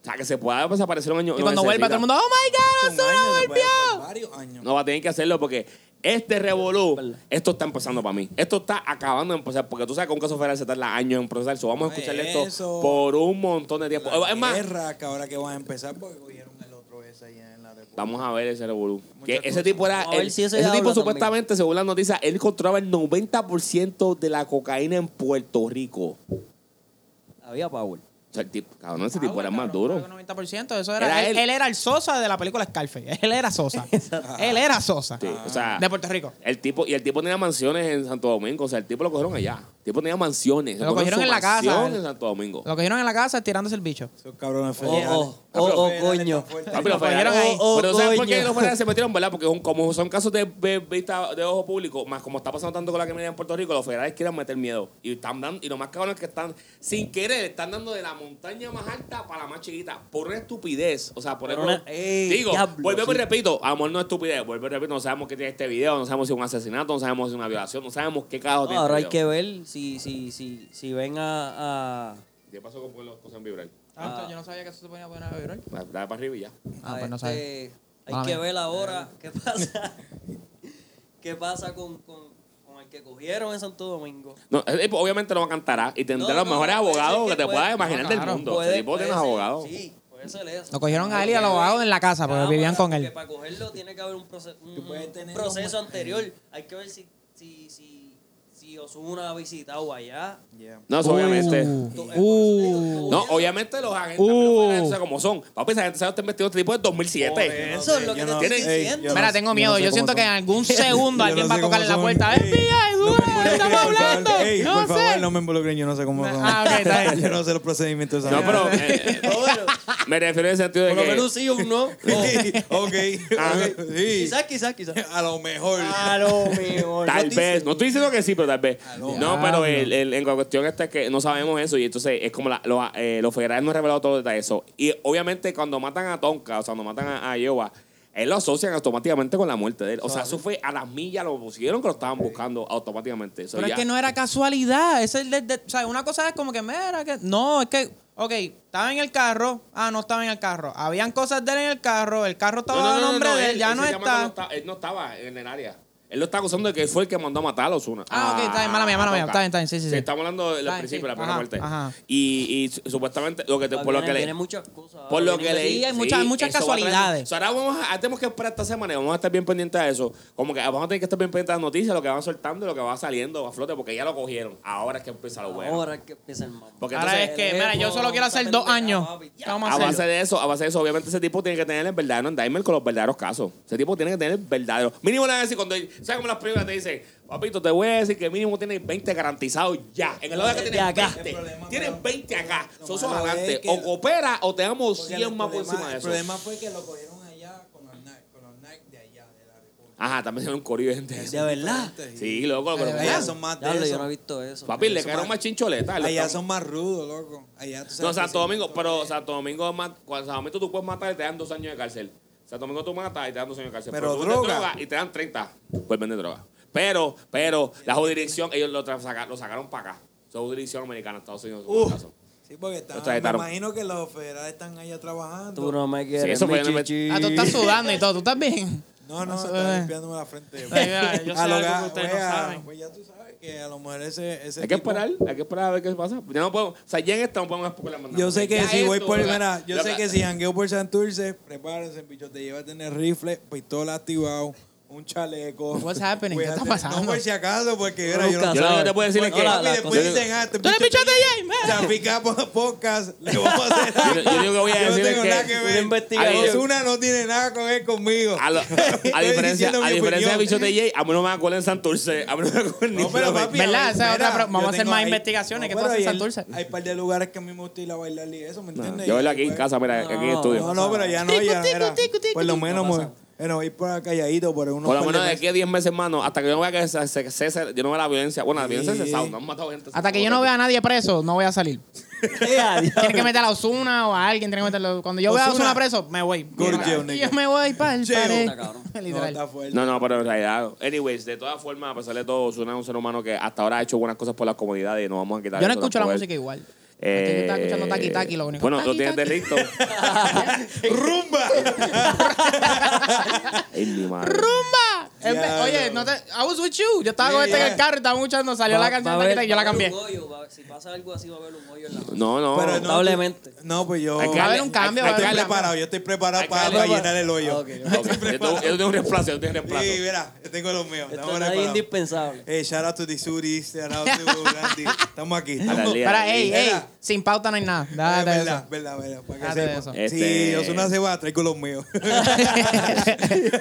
O sea, que se pueda desaparecer un año.
Y
no
cuando vuelva
necesita.
todo el mundo, ¡Oh, my God,
Un año,
Ozuna
se puede
volvió!
por Varios años.
No va a tener que hacerlo porque este revolú, esto está empezando para mí. Esto está acabando de empezar porque tú sabes que un caso federal se tarda años en procesar. So, vamos a
No,
escucharle esto
eso.
por un montón de tiempo.
La
es más,
guerra que ahora que van a empezar porque cogieron el otro ese allá en la República.
Vamos a ver ese revolú.
Muchas
Que ese
cosas.
tipo era.
Vamos a ver
el-
si ese
ese
habla
tipo
también.
supuestamente, según las noticias, él controlaba el 90% de la cocaína en Puerto Rico. O
Había Power.
sea, el tipo, cabrón, ese tipo era más duro.
90%, eso era,
Era
él,
él.
él era el Sosa de la película Scarface. Él era Sosa. él era Sosa.
Sí, o sea,
De Puerto Rico.
el tipo, y el tipo tenía mansiones en Santo Domingo. O sea, el tipo lo cogieron allá. El tipo tenía mansiones.
Lo
Se
cogieron
su
en la casa.
mansión en Santo Domingo.
Lo cogieron en la casa tirándose el bicho.
Esos cabrones Ah,
Oh, oh,
federales.
oh, oh,
Federales
coño.
tan fuertes.
Ah, pero
Lo
federales-
cogieron ahí.
Oh,
pero ¿sabes por qué
coño.
los federales se metieron, verdad? Porque son- como son casos de, de vista de ojo público, más como está pasando tanto con la criminalidad en Puerto Rico, los federales quieren meter miedo. Y están dando, y lo más cabrón es que están, sin querer, están dando de la montaña más alta para la más chiquita. Por una estupidez. O sea, por
Pero
algo-
una- ey,
Digo,
diablo,
volvemos y
sí.
repito, a lo mejor no es estupidez, vuelvo y repito, no sabemos qué tiene este video, no sabemos si es un asesinato, no sabemos si es una violación, no sabemos qué carajo
No,
tiene.
ahora
este
hay que
video.
ver si, si, si, si ven a, a,
¿Qué pasó con las cosas en vibrar?
Ah, entonces yo
no sabía que eso se ponía a vibrar.
Dale para arriba y ya.
Ah,
a
pues no
este-
sabe.
Hay
Mala
que
mía.
ver ahora qué pasa. (laughs) qué pasa con, con, con el que cogieron en Santo Domingo.
No, ese tipo obviamente no cantará ¿ah? y tendrá
No,
los
no,
mejores
puede ser
abogados
que
que te
puede-
puedas imaginar
no,
del
claro.
mundo. Ese tipo tiene
puede ser-
abogados.
Sí, puede ser eso.
Lo cogieron a él y al
Porque-
abogado en la casa porque
Cámara,
vivían con
porque
él.
Para cogerlo tiene que haber un, proce- un-
Tú puedes
un
tener
proceso
un-
anterior. Hay que ver si, si, si, si Osuna ha visitado allá.
Yeah.
No, eso obviamente.
Uh,
Tú-
uh.
No, obviamente los agentes
Uh.
también los federales, o sea, como son. Papi, esa gente sabe está investigado este tipo de 2007.
Eso es lo que
Yo
te
no-
estoy
Ey,
diciendo.
yo
Mira,
no-
tengo
yo
miedo.
no sé
yo siento
cómo
que en
son.
algún segundo
Yo
alguien
no
va a
sé
tocar
cómo
en la
son.
puerta.
Ey,
¡FBI,
no me
Dura,
involucren, por
estamos
favor.
hablando!
Ey,
¡No
por favor,
sé!
no me involucren, yo no sé cómo son.
Ah,
(laughs)
ok, está bien.
yo no sé los procedimientos. de esa
No, pero
(laughs) mierda.
eh,
Pero bueno,
me refiero en el sentido de
por lo
que.
menos sí o un no. O
(laughs) ok, ok, sí.
Quizás, quizás, quizás.
A lo mejor.
A lo mejor.
Tal
No te
vez, no estoy diciendo que sí, pero tal
Ah,
vez.
no.
No, pero el, el- en la cuestión esta es que no sabemos eso y entonces es como la- los, eh, los federales no han revelado todo detalle eso. Y obviamente cuando matan a Tonka, o sea, cuando matan a, a Iowa, él lo asocian automáticamente con la muerte de él. O sea, eso fue a las millas, lo pusieron que lo estaban buscando automáticamente. Eso
Pero
ya.
es que no era casualidad. Ese es el de- de- o sea, una cosa es como que, mira, que. No, es que. Ok, estaba en el carro. Ah, no estaba en el carro. Habían cosas de él en el carro. El carro estaba a nombre de él. Ya no
ese
está.
chamaco Él no estaba en el área. Él lo está acusando de que fue el que mandó a matar a Osuna.
Ah, ok, está bien, mala mía, mala mía. Está bien, está bien, sí, sí, sí.
Estamos hablando del
Está bien,
principio,
sí,
la primera
ajá,
muerte.
ajá.
Y, y su- supuestamente, lo que te-
Viene-
por lo que le.
viene muchas cosas.
Por lo que
Viene-
leí.
Sí, hay muchas- muchas
eso va a traer-
casualidades.
O sea, ahora vamos a, tenemos que esperar esta semana y vamos a estar bien pendientes de eso. Como que vamos a tener que estar bien pendientes de las noticias, lo que van soltando y lo que va saliendo a flote, porque ya lo cogieron. Ahora es que empieza lo bueno.
Ahora es que empieza el mambo.
Porque
Ahora
entonces-
es que, mira, yo solo quiero hacer dos años. ¿Qué vamos a
A
hacer?
base de eso, a base de eso, obviamente ese tipo tiene que tener el verdadero endowment con los verdaderos casos. Ese tipo tiene que tener el verdadero. Mínimo le van a decir cuando. ¿Sabes cómo las películas te dicen? Papito, te voy a decir que mínimo tienes 20 garantizados ya. En el lado de que
Desde
tienes
acá.
20.
El problema,
Tienes
pero-
20 acá.
lo
Sos
malo es
adelante.
que-
O coopera o te damos
Porque
100 más por
problema-
encima de
El
eso.
problema fue que lo cogieron allá con los Nike, con los Nike de allá, de la República.
Ajá, también se ve un corillo de gente.
¿De verdad?
Sí, loco, pero.
De
Allá
verdad.
son más de
Diablo,
eso.
yo no he visto eso.
Papi, le
Eso
cayeron
más-
más chincholetas. le
Allá
están-
son más rudos, loco. Allá tú sabes
No,
que
Santo
sí,
Domingo,
todo
pero
es-
Santo Domingo es más. Cuando Santo Domingo tú puedes matar y te dan dos años de cárcel. Santo Domingo tú matas y te dan dos años de cárcel.
Pero
tú vendes
droga.
Y te dan 30 por vender droga. Pero, pero, la jurisdicción, ellos lo, tra- saca- lo sacaron para acá. Es jurisdicción americana, Estados Unidos. en
Uf.
este caso.
Sí, porque están,
O sea,
me
estaron-
imagino que los federales están allá trabajando.
Tú no me quieres.
eso
mi
fue- no me-
chichi.
Ah, tú estás sudando y todo. ¿Tú estás (laughs) bien?
No, no,
Eso
está
es.
limpiándome la frente.
Ay, mira, yo sé algo que
ga-
ustedes
güey,
no
a-
saben.
güey, ya tú sabes que a lo mejor ese, ese
Hay que
tipo-
esperar, hay que esperar a ver qué pasa. Ya no podemos, o sea, ya en esta no podemos especular más nada.
Yo sé que
Ya
si voy
esto,
por...
loca,
Mira, yo sé
loca,
que si jangueo por Santurce, prepárense, bicho. Te lleva a tener rifle, pistola activado, un chaleco.
What's happening?
Voy
¿Qué
a
está
tener-
pasando?
No, por si acaso, porque mira,
Nunca
yo no...
Yo lo que te puedo decir es
No,
que.
la-
Papi,
la-
después
yo-
dicen, ah, este
¡Tú eres
bicho-
pichón de James!
Chapica por podcast, le vamos a hacer.
Yo- yo digo que voy a
(laughs) Yo
decir
no tengo
que
nada que
una
ver.
investigación-
Ozuna no tiene nada que ver conmigo.
A,
(laughs)
lo- a diferencia,
diciendo
a
mi
diferencia de
opinión.
Bicho TJ, a mí no me acuerdo en Santurce. A mí no me acuerdo en
No, pero
Isla-
papi,
¿Verdad?
a ver,
Esa es otra
mira,
pro- vamos
yo
a hacer
tengo
más investigaciones, ¿qué
pero
pasa en
hay-
Santurce?
Hay un par de lugares que a mí me gusta ir a bailar y eso, ¿me entiendes?
Yo
Y
hablo aquí en
pues-
casa, mira, aquí en el
No,
estudio.
No, no, pero ya no, ya
Tico,
era.
tico, tico,
Por lo menos,
No pasa.
mo- bueno, ir por calladito, por unos
Por lo
par
menos de
meses.
aquí a 10 meses, mano, hasta que yo no vea que se, se- cese- yo no vea la violencia. Bueno, la violencia
Sí.
se cesado, no han matado gente.
Hasta que yo no vea a nadie preso, no voy a salir.
(laughs) Eh,
Tienen que meter a Osuna o a alguien. Tienen que meterlo. Cuando yo vea a
Ozuna.
Osuna preso, me voy.
Good
Yo
job,
me voy para el
Jeo.
pared.
Está cabrón.
No,
(laughs) (laughs) Literal.
está fuerte.
No, no, pero en realidad. Anyways, de todas formas, a pesar de todo, Osuna es un ser humano que hasta ahora ha hecho buenas cosas por la comunidad y no vamos a quitar
Yo no
eso
escucho la
tampoco.
música igual.
Eh,
Yo estaba escuchando Taki Taki, lo único.
Bueno,
Taki,
lo tienes de
Taki. (laughs)
listo.
¡Rumba!
Ay, mi madre.
¡Rumba! Empe-
Diablo.
Oye, no te... I was with you. Yo estaba
Yeah,
con este en
yeah.
el carro y estábamos escuchando. Salió la
Va- va a
canción
haber-
de Taki Taki, yo la
va a haber
cambié.
un hoyo, va- si pasa algo así, va a haber un hoyo en la mano.
No, no.
Pero no,
Lamentablemente.
No, pues yo.
Hay que
Va a haber
darle-
un cambio,
hay
Yo
que
va a
estoy
haber
darle-
un cambio.
preparado, yo estoy preparado
Hay que
para,
darle- Ah,
para llenar el hoyo.
Ok,
Ok.
Yo tengo- yo tengo un reemplazo, yo tengo un reemplazo.
Sí, mira, yo tengo los míos.
Esto
Estamos
es nadie
preparados.
indispensable.
Eh, shout out to Disuri, shout out to
(laughs)
Randy. Estamos aquí.
A la
Estamos...
Lía.
Espera, ey,
Era.
ey. Sin pauta no hay nada.
Ah,
Date
verdad,
eso.
verdad, verdad, para
Date
que
eso.
sepa. Sí,
Este-
Osuna se va, traigo
(laughs)
los míos.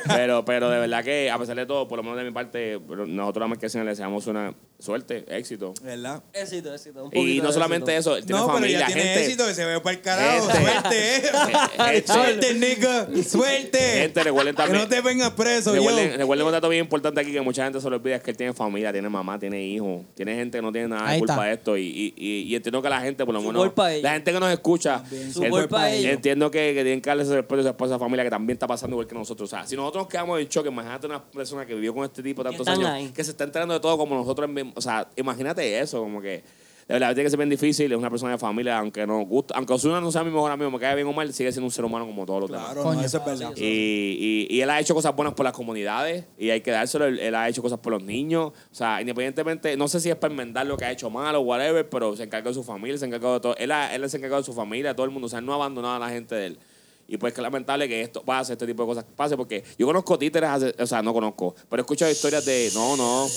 pero, pero de verdad que, a pesar de todo, por lo menos de mi parte, pero nosotros a Marquesina le deseamos una suerte, éxito.
¿Verdad?
Éxito, éxito. un
Y
poquito
no
de
solamente
éxito.
eso, él tiene
no, pero
familia,
ya tiene
gente. (laughs)
éxito que se ve para el carajo.
Gente.
Suerte,
(laughs)
eh.
Eh, eh,
Suerte, nigga. Suerte.
Gente, recuerden
(laughs) que
también.
no te vengas preso, yo.
Recuerden, recuerden un dato bien importante aquí que mucha gente se lo olvida: es que él tiene familia, tiene mamá, tiene hijos, tiene gente que no tiene nada de
Ahí
culpa
está.
de esto. Y, y, y, y entiendo que la gente, por lo
Su
menos,
culpa es
la
ella.
gente que nos escucha,
Su
el-
culpa es ella.
entiendo que, que tienen que darle ese respeto y ese espacio a esa familia que también está pasando igual que nosotros. O sea, si nosotros nos quedamos en choque, imagínate una persona que vivió con este tipo tantos
están
años,
ahí.
que se está enterando de todo como nosotros mismos. O sea, imagínate eso, como que. De verdad, tiene que ser bien difícil, es una persona de familia, aunque no gusta, aunque Osuna no sea mi mejor amigo, me cae bien o mal, sigue siendo un ser humano como todos los demás.
Claro, no,
Coño.
eso es verdad.
Y, y- y él ha hecho cosas buenas por las comunidades y hay que dárselo. Él, él ha hecho cosas por los niños. O sea, independientemente, no sé si es para enmendar lo que ha hecho mal o whatever, pero se encargó de su familia, se encargó de todo. Él, ha- él se encargó de su familia, de todo el mundo. O sea, él no ha abandonado a la gente de él. Y pues que lamentable que esto pase, este tipo de cosas pase, porque yo conozco títeres, hace- o sea, no conozco, pero he escuchado historias de, no, no,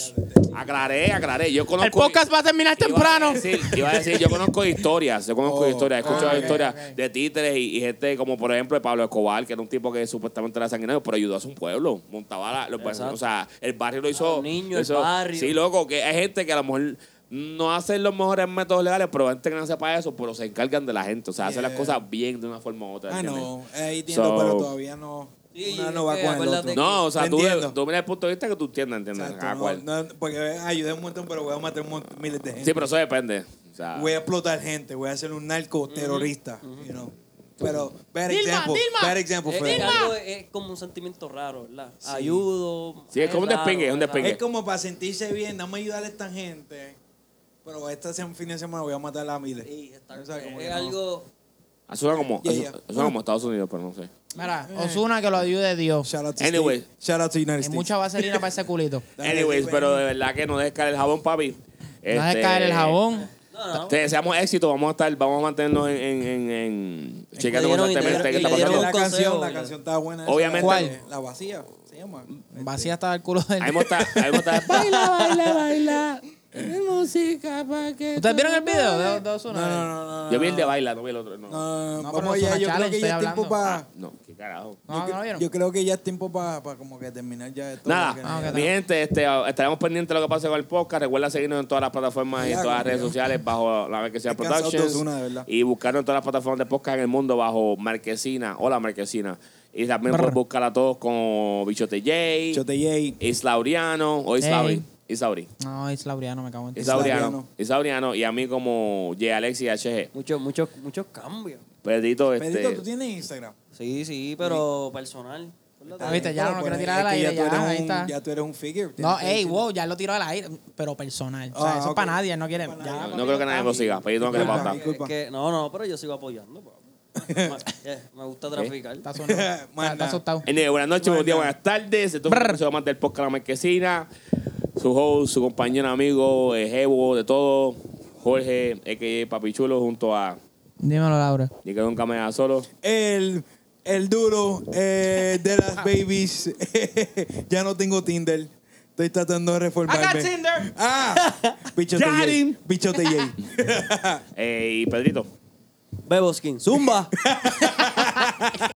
aclaré, aclaré, yo conozco...
El podcast va a terminar
Iba a
temprano.
decir- Iba a decir, yo conozco historias, yo conozco
Oh.
historias, he escuchado
Ah, ok,
historias
ok.
de títeres y, y gente como por ejemplo de Pablo Escobar, que era un tipo que supuestamente era sanguinario, pero ayudó a su pueblo, montaba la- los
Exacto.
o sea, el barrio lo hizo.
los niños, el
hizo-
barrio.
Sí, loco, que hay gente que a lo mejor no hace los mejores métodos legales, pero gente que no hace para eso, pero se encargan de la gente, o sea, hacen las
Yeah.
cosas bien de una forma u otra.
Ah,
¿entiendes?
no, ahí tiene,
So-
pero todavía no.
Sí,
una
es
no va
que
con el
acuérdate
otro.
No, o sea, tú,
Entiendo.
tú miras el punto de vista que tú entiendas, ¿entiendes?
Exacto,
Cada
no,
cual.
no, porque ayudé un montón, pero voy a matar un montón, miles de gente.
Sí, pero eso depende. O sea,
Voy a explotar gente, voy a ser un narcoterrorista, you know. Pero, bad
Dilma,
example,
Dilma.
bad example,
Pues,
Es,
Fred.
eh,
es algo- es como un sentimiento raro, ¿verdad? Ayudo.
Sí, es como un
raro,
despingue, es un
raro.
despingue.
Es como para sentirse bien, dame ayudar a esta gente, pero este sem- fin de semana voy a matar a miles.
Sí, está-
O sea, como que
es
no.
algo.
suena como,
Yeah, Ah. yeah.
suena como Estados Unidos, pero no sé.
Mira, Osuna que lo ayude Dios.
Shout out to
Anyway.
Steve. Shout out to United
Es
States.
mucha vaselina para ese culito.
Dale,
Anyways,
dale.
pero de verdad que no dejes caer el jabón, papi.
No dejes
Este,
caer el jabón.
No, no.
Te deseamos éxito, vamos a estar, vamos a mantenernos en, en, en, en chequeando
dieron-
constantemente qué
y
está
le
pasando.
dieron
la
un consejo,
canción, la
ya.
canción está buena. esa,
Obviamente-
la-
¿Cuál?
La vacía, se llama.
Vacía hasta el culo del.
Ahí hemos estado- ahí hemos estado-
Baila, baila, baila. música para que. ¿Ustedes vieron el video de, de
No,
Osuna?
no, no, no, no.
Yo vi el de baila, no vi el otro. No, no,
No, no, no,
pero
vamos
eso es
allá,
una
yo creo
challenge,
que ya
estoy
es tiempo
hablando. Ah,
para...
qué carajo.
No, no lo vieron.
Yo creo que ya es tiempo para como que terminar ya esto.
Nada,
porque-
Ah, ok,
mi gente, este, estaremos pendientes de lo que pase con el podcast. Recuerda seguirnos en todas las plataformas y en
Ya,
todas las
como
redes
yo.
sociales bajo la Marquesina
Estoy cansado de
Productions.
Ozuna, de verdad.
y buscarnos en todas las plataformas de podcast en el mundo bajo Marquesina. Hola, Marquesina. Y también puedes buscar a todos como Bichote J,
Chote Jay.
Islauriano o Islauri.
Ey.
Islauri.
No, es Laureano, me cago en ti.
Esa-
Isauriano.
Isauriano.
Isauriano. Y a mí como J. Alex y HG.
Muchos, muchos, muchos cambios.
Pedrito, este.
Pedrito, tú tienes Instagram.
Sí, sí, pero personal.
Ah, viste, ya no lo
Bueno,
quiero tirar
pues, es
al
que
aire,
tú
ya,
eres
ahí
un-
está.
Ya tú eres un figure.
No,
tienes que
ey,
decir-
wow, ya lo tiró al aire, pero personal. O sea,
Ah,
eso
ok.
es para nadie, no quieren.
Para
ya,
nadie.
No creo que nadie lo siga. Pedrito no quiere
Ah, Disculpa.
pauta.
Es que- no, no, pero yo sigo
(laughs)
apoyando. (laughs) pa. Me- Me gusta traficar.
Está sonado. Está-
(laughs) Manda.
Está asustado.
Eh, buenas noches, buenos días, buenas tardes. Esto es un
Brr.
episodio más del podcast La Marquesina. Su host, su compañero, amigo, eh, Jebo, de todo. Jorge, a.k.a. Papichulo, junto a
Dímelo, Laura.
Nicolás Nunca Me Deja Solo.
El, el duro eh, de las babies. (laughs) ya no tengo Tinder. Estoy tratando de reformarme.
I got Tinder. (laughs)
Ah, bichote
Got
Jay.
him.
Bichote Jay.
Eh, y Pedrito.
Beboskin, zumba.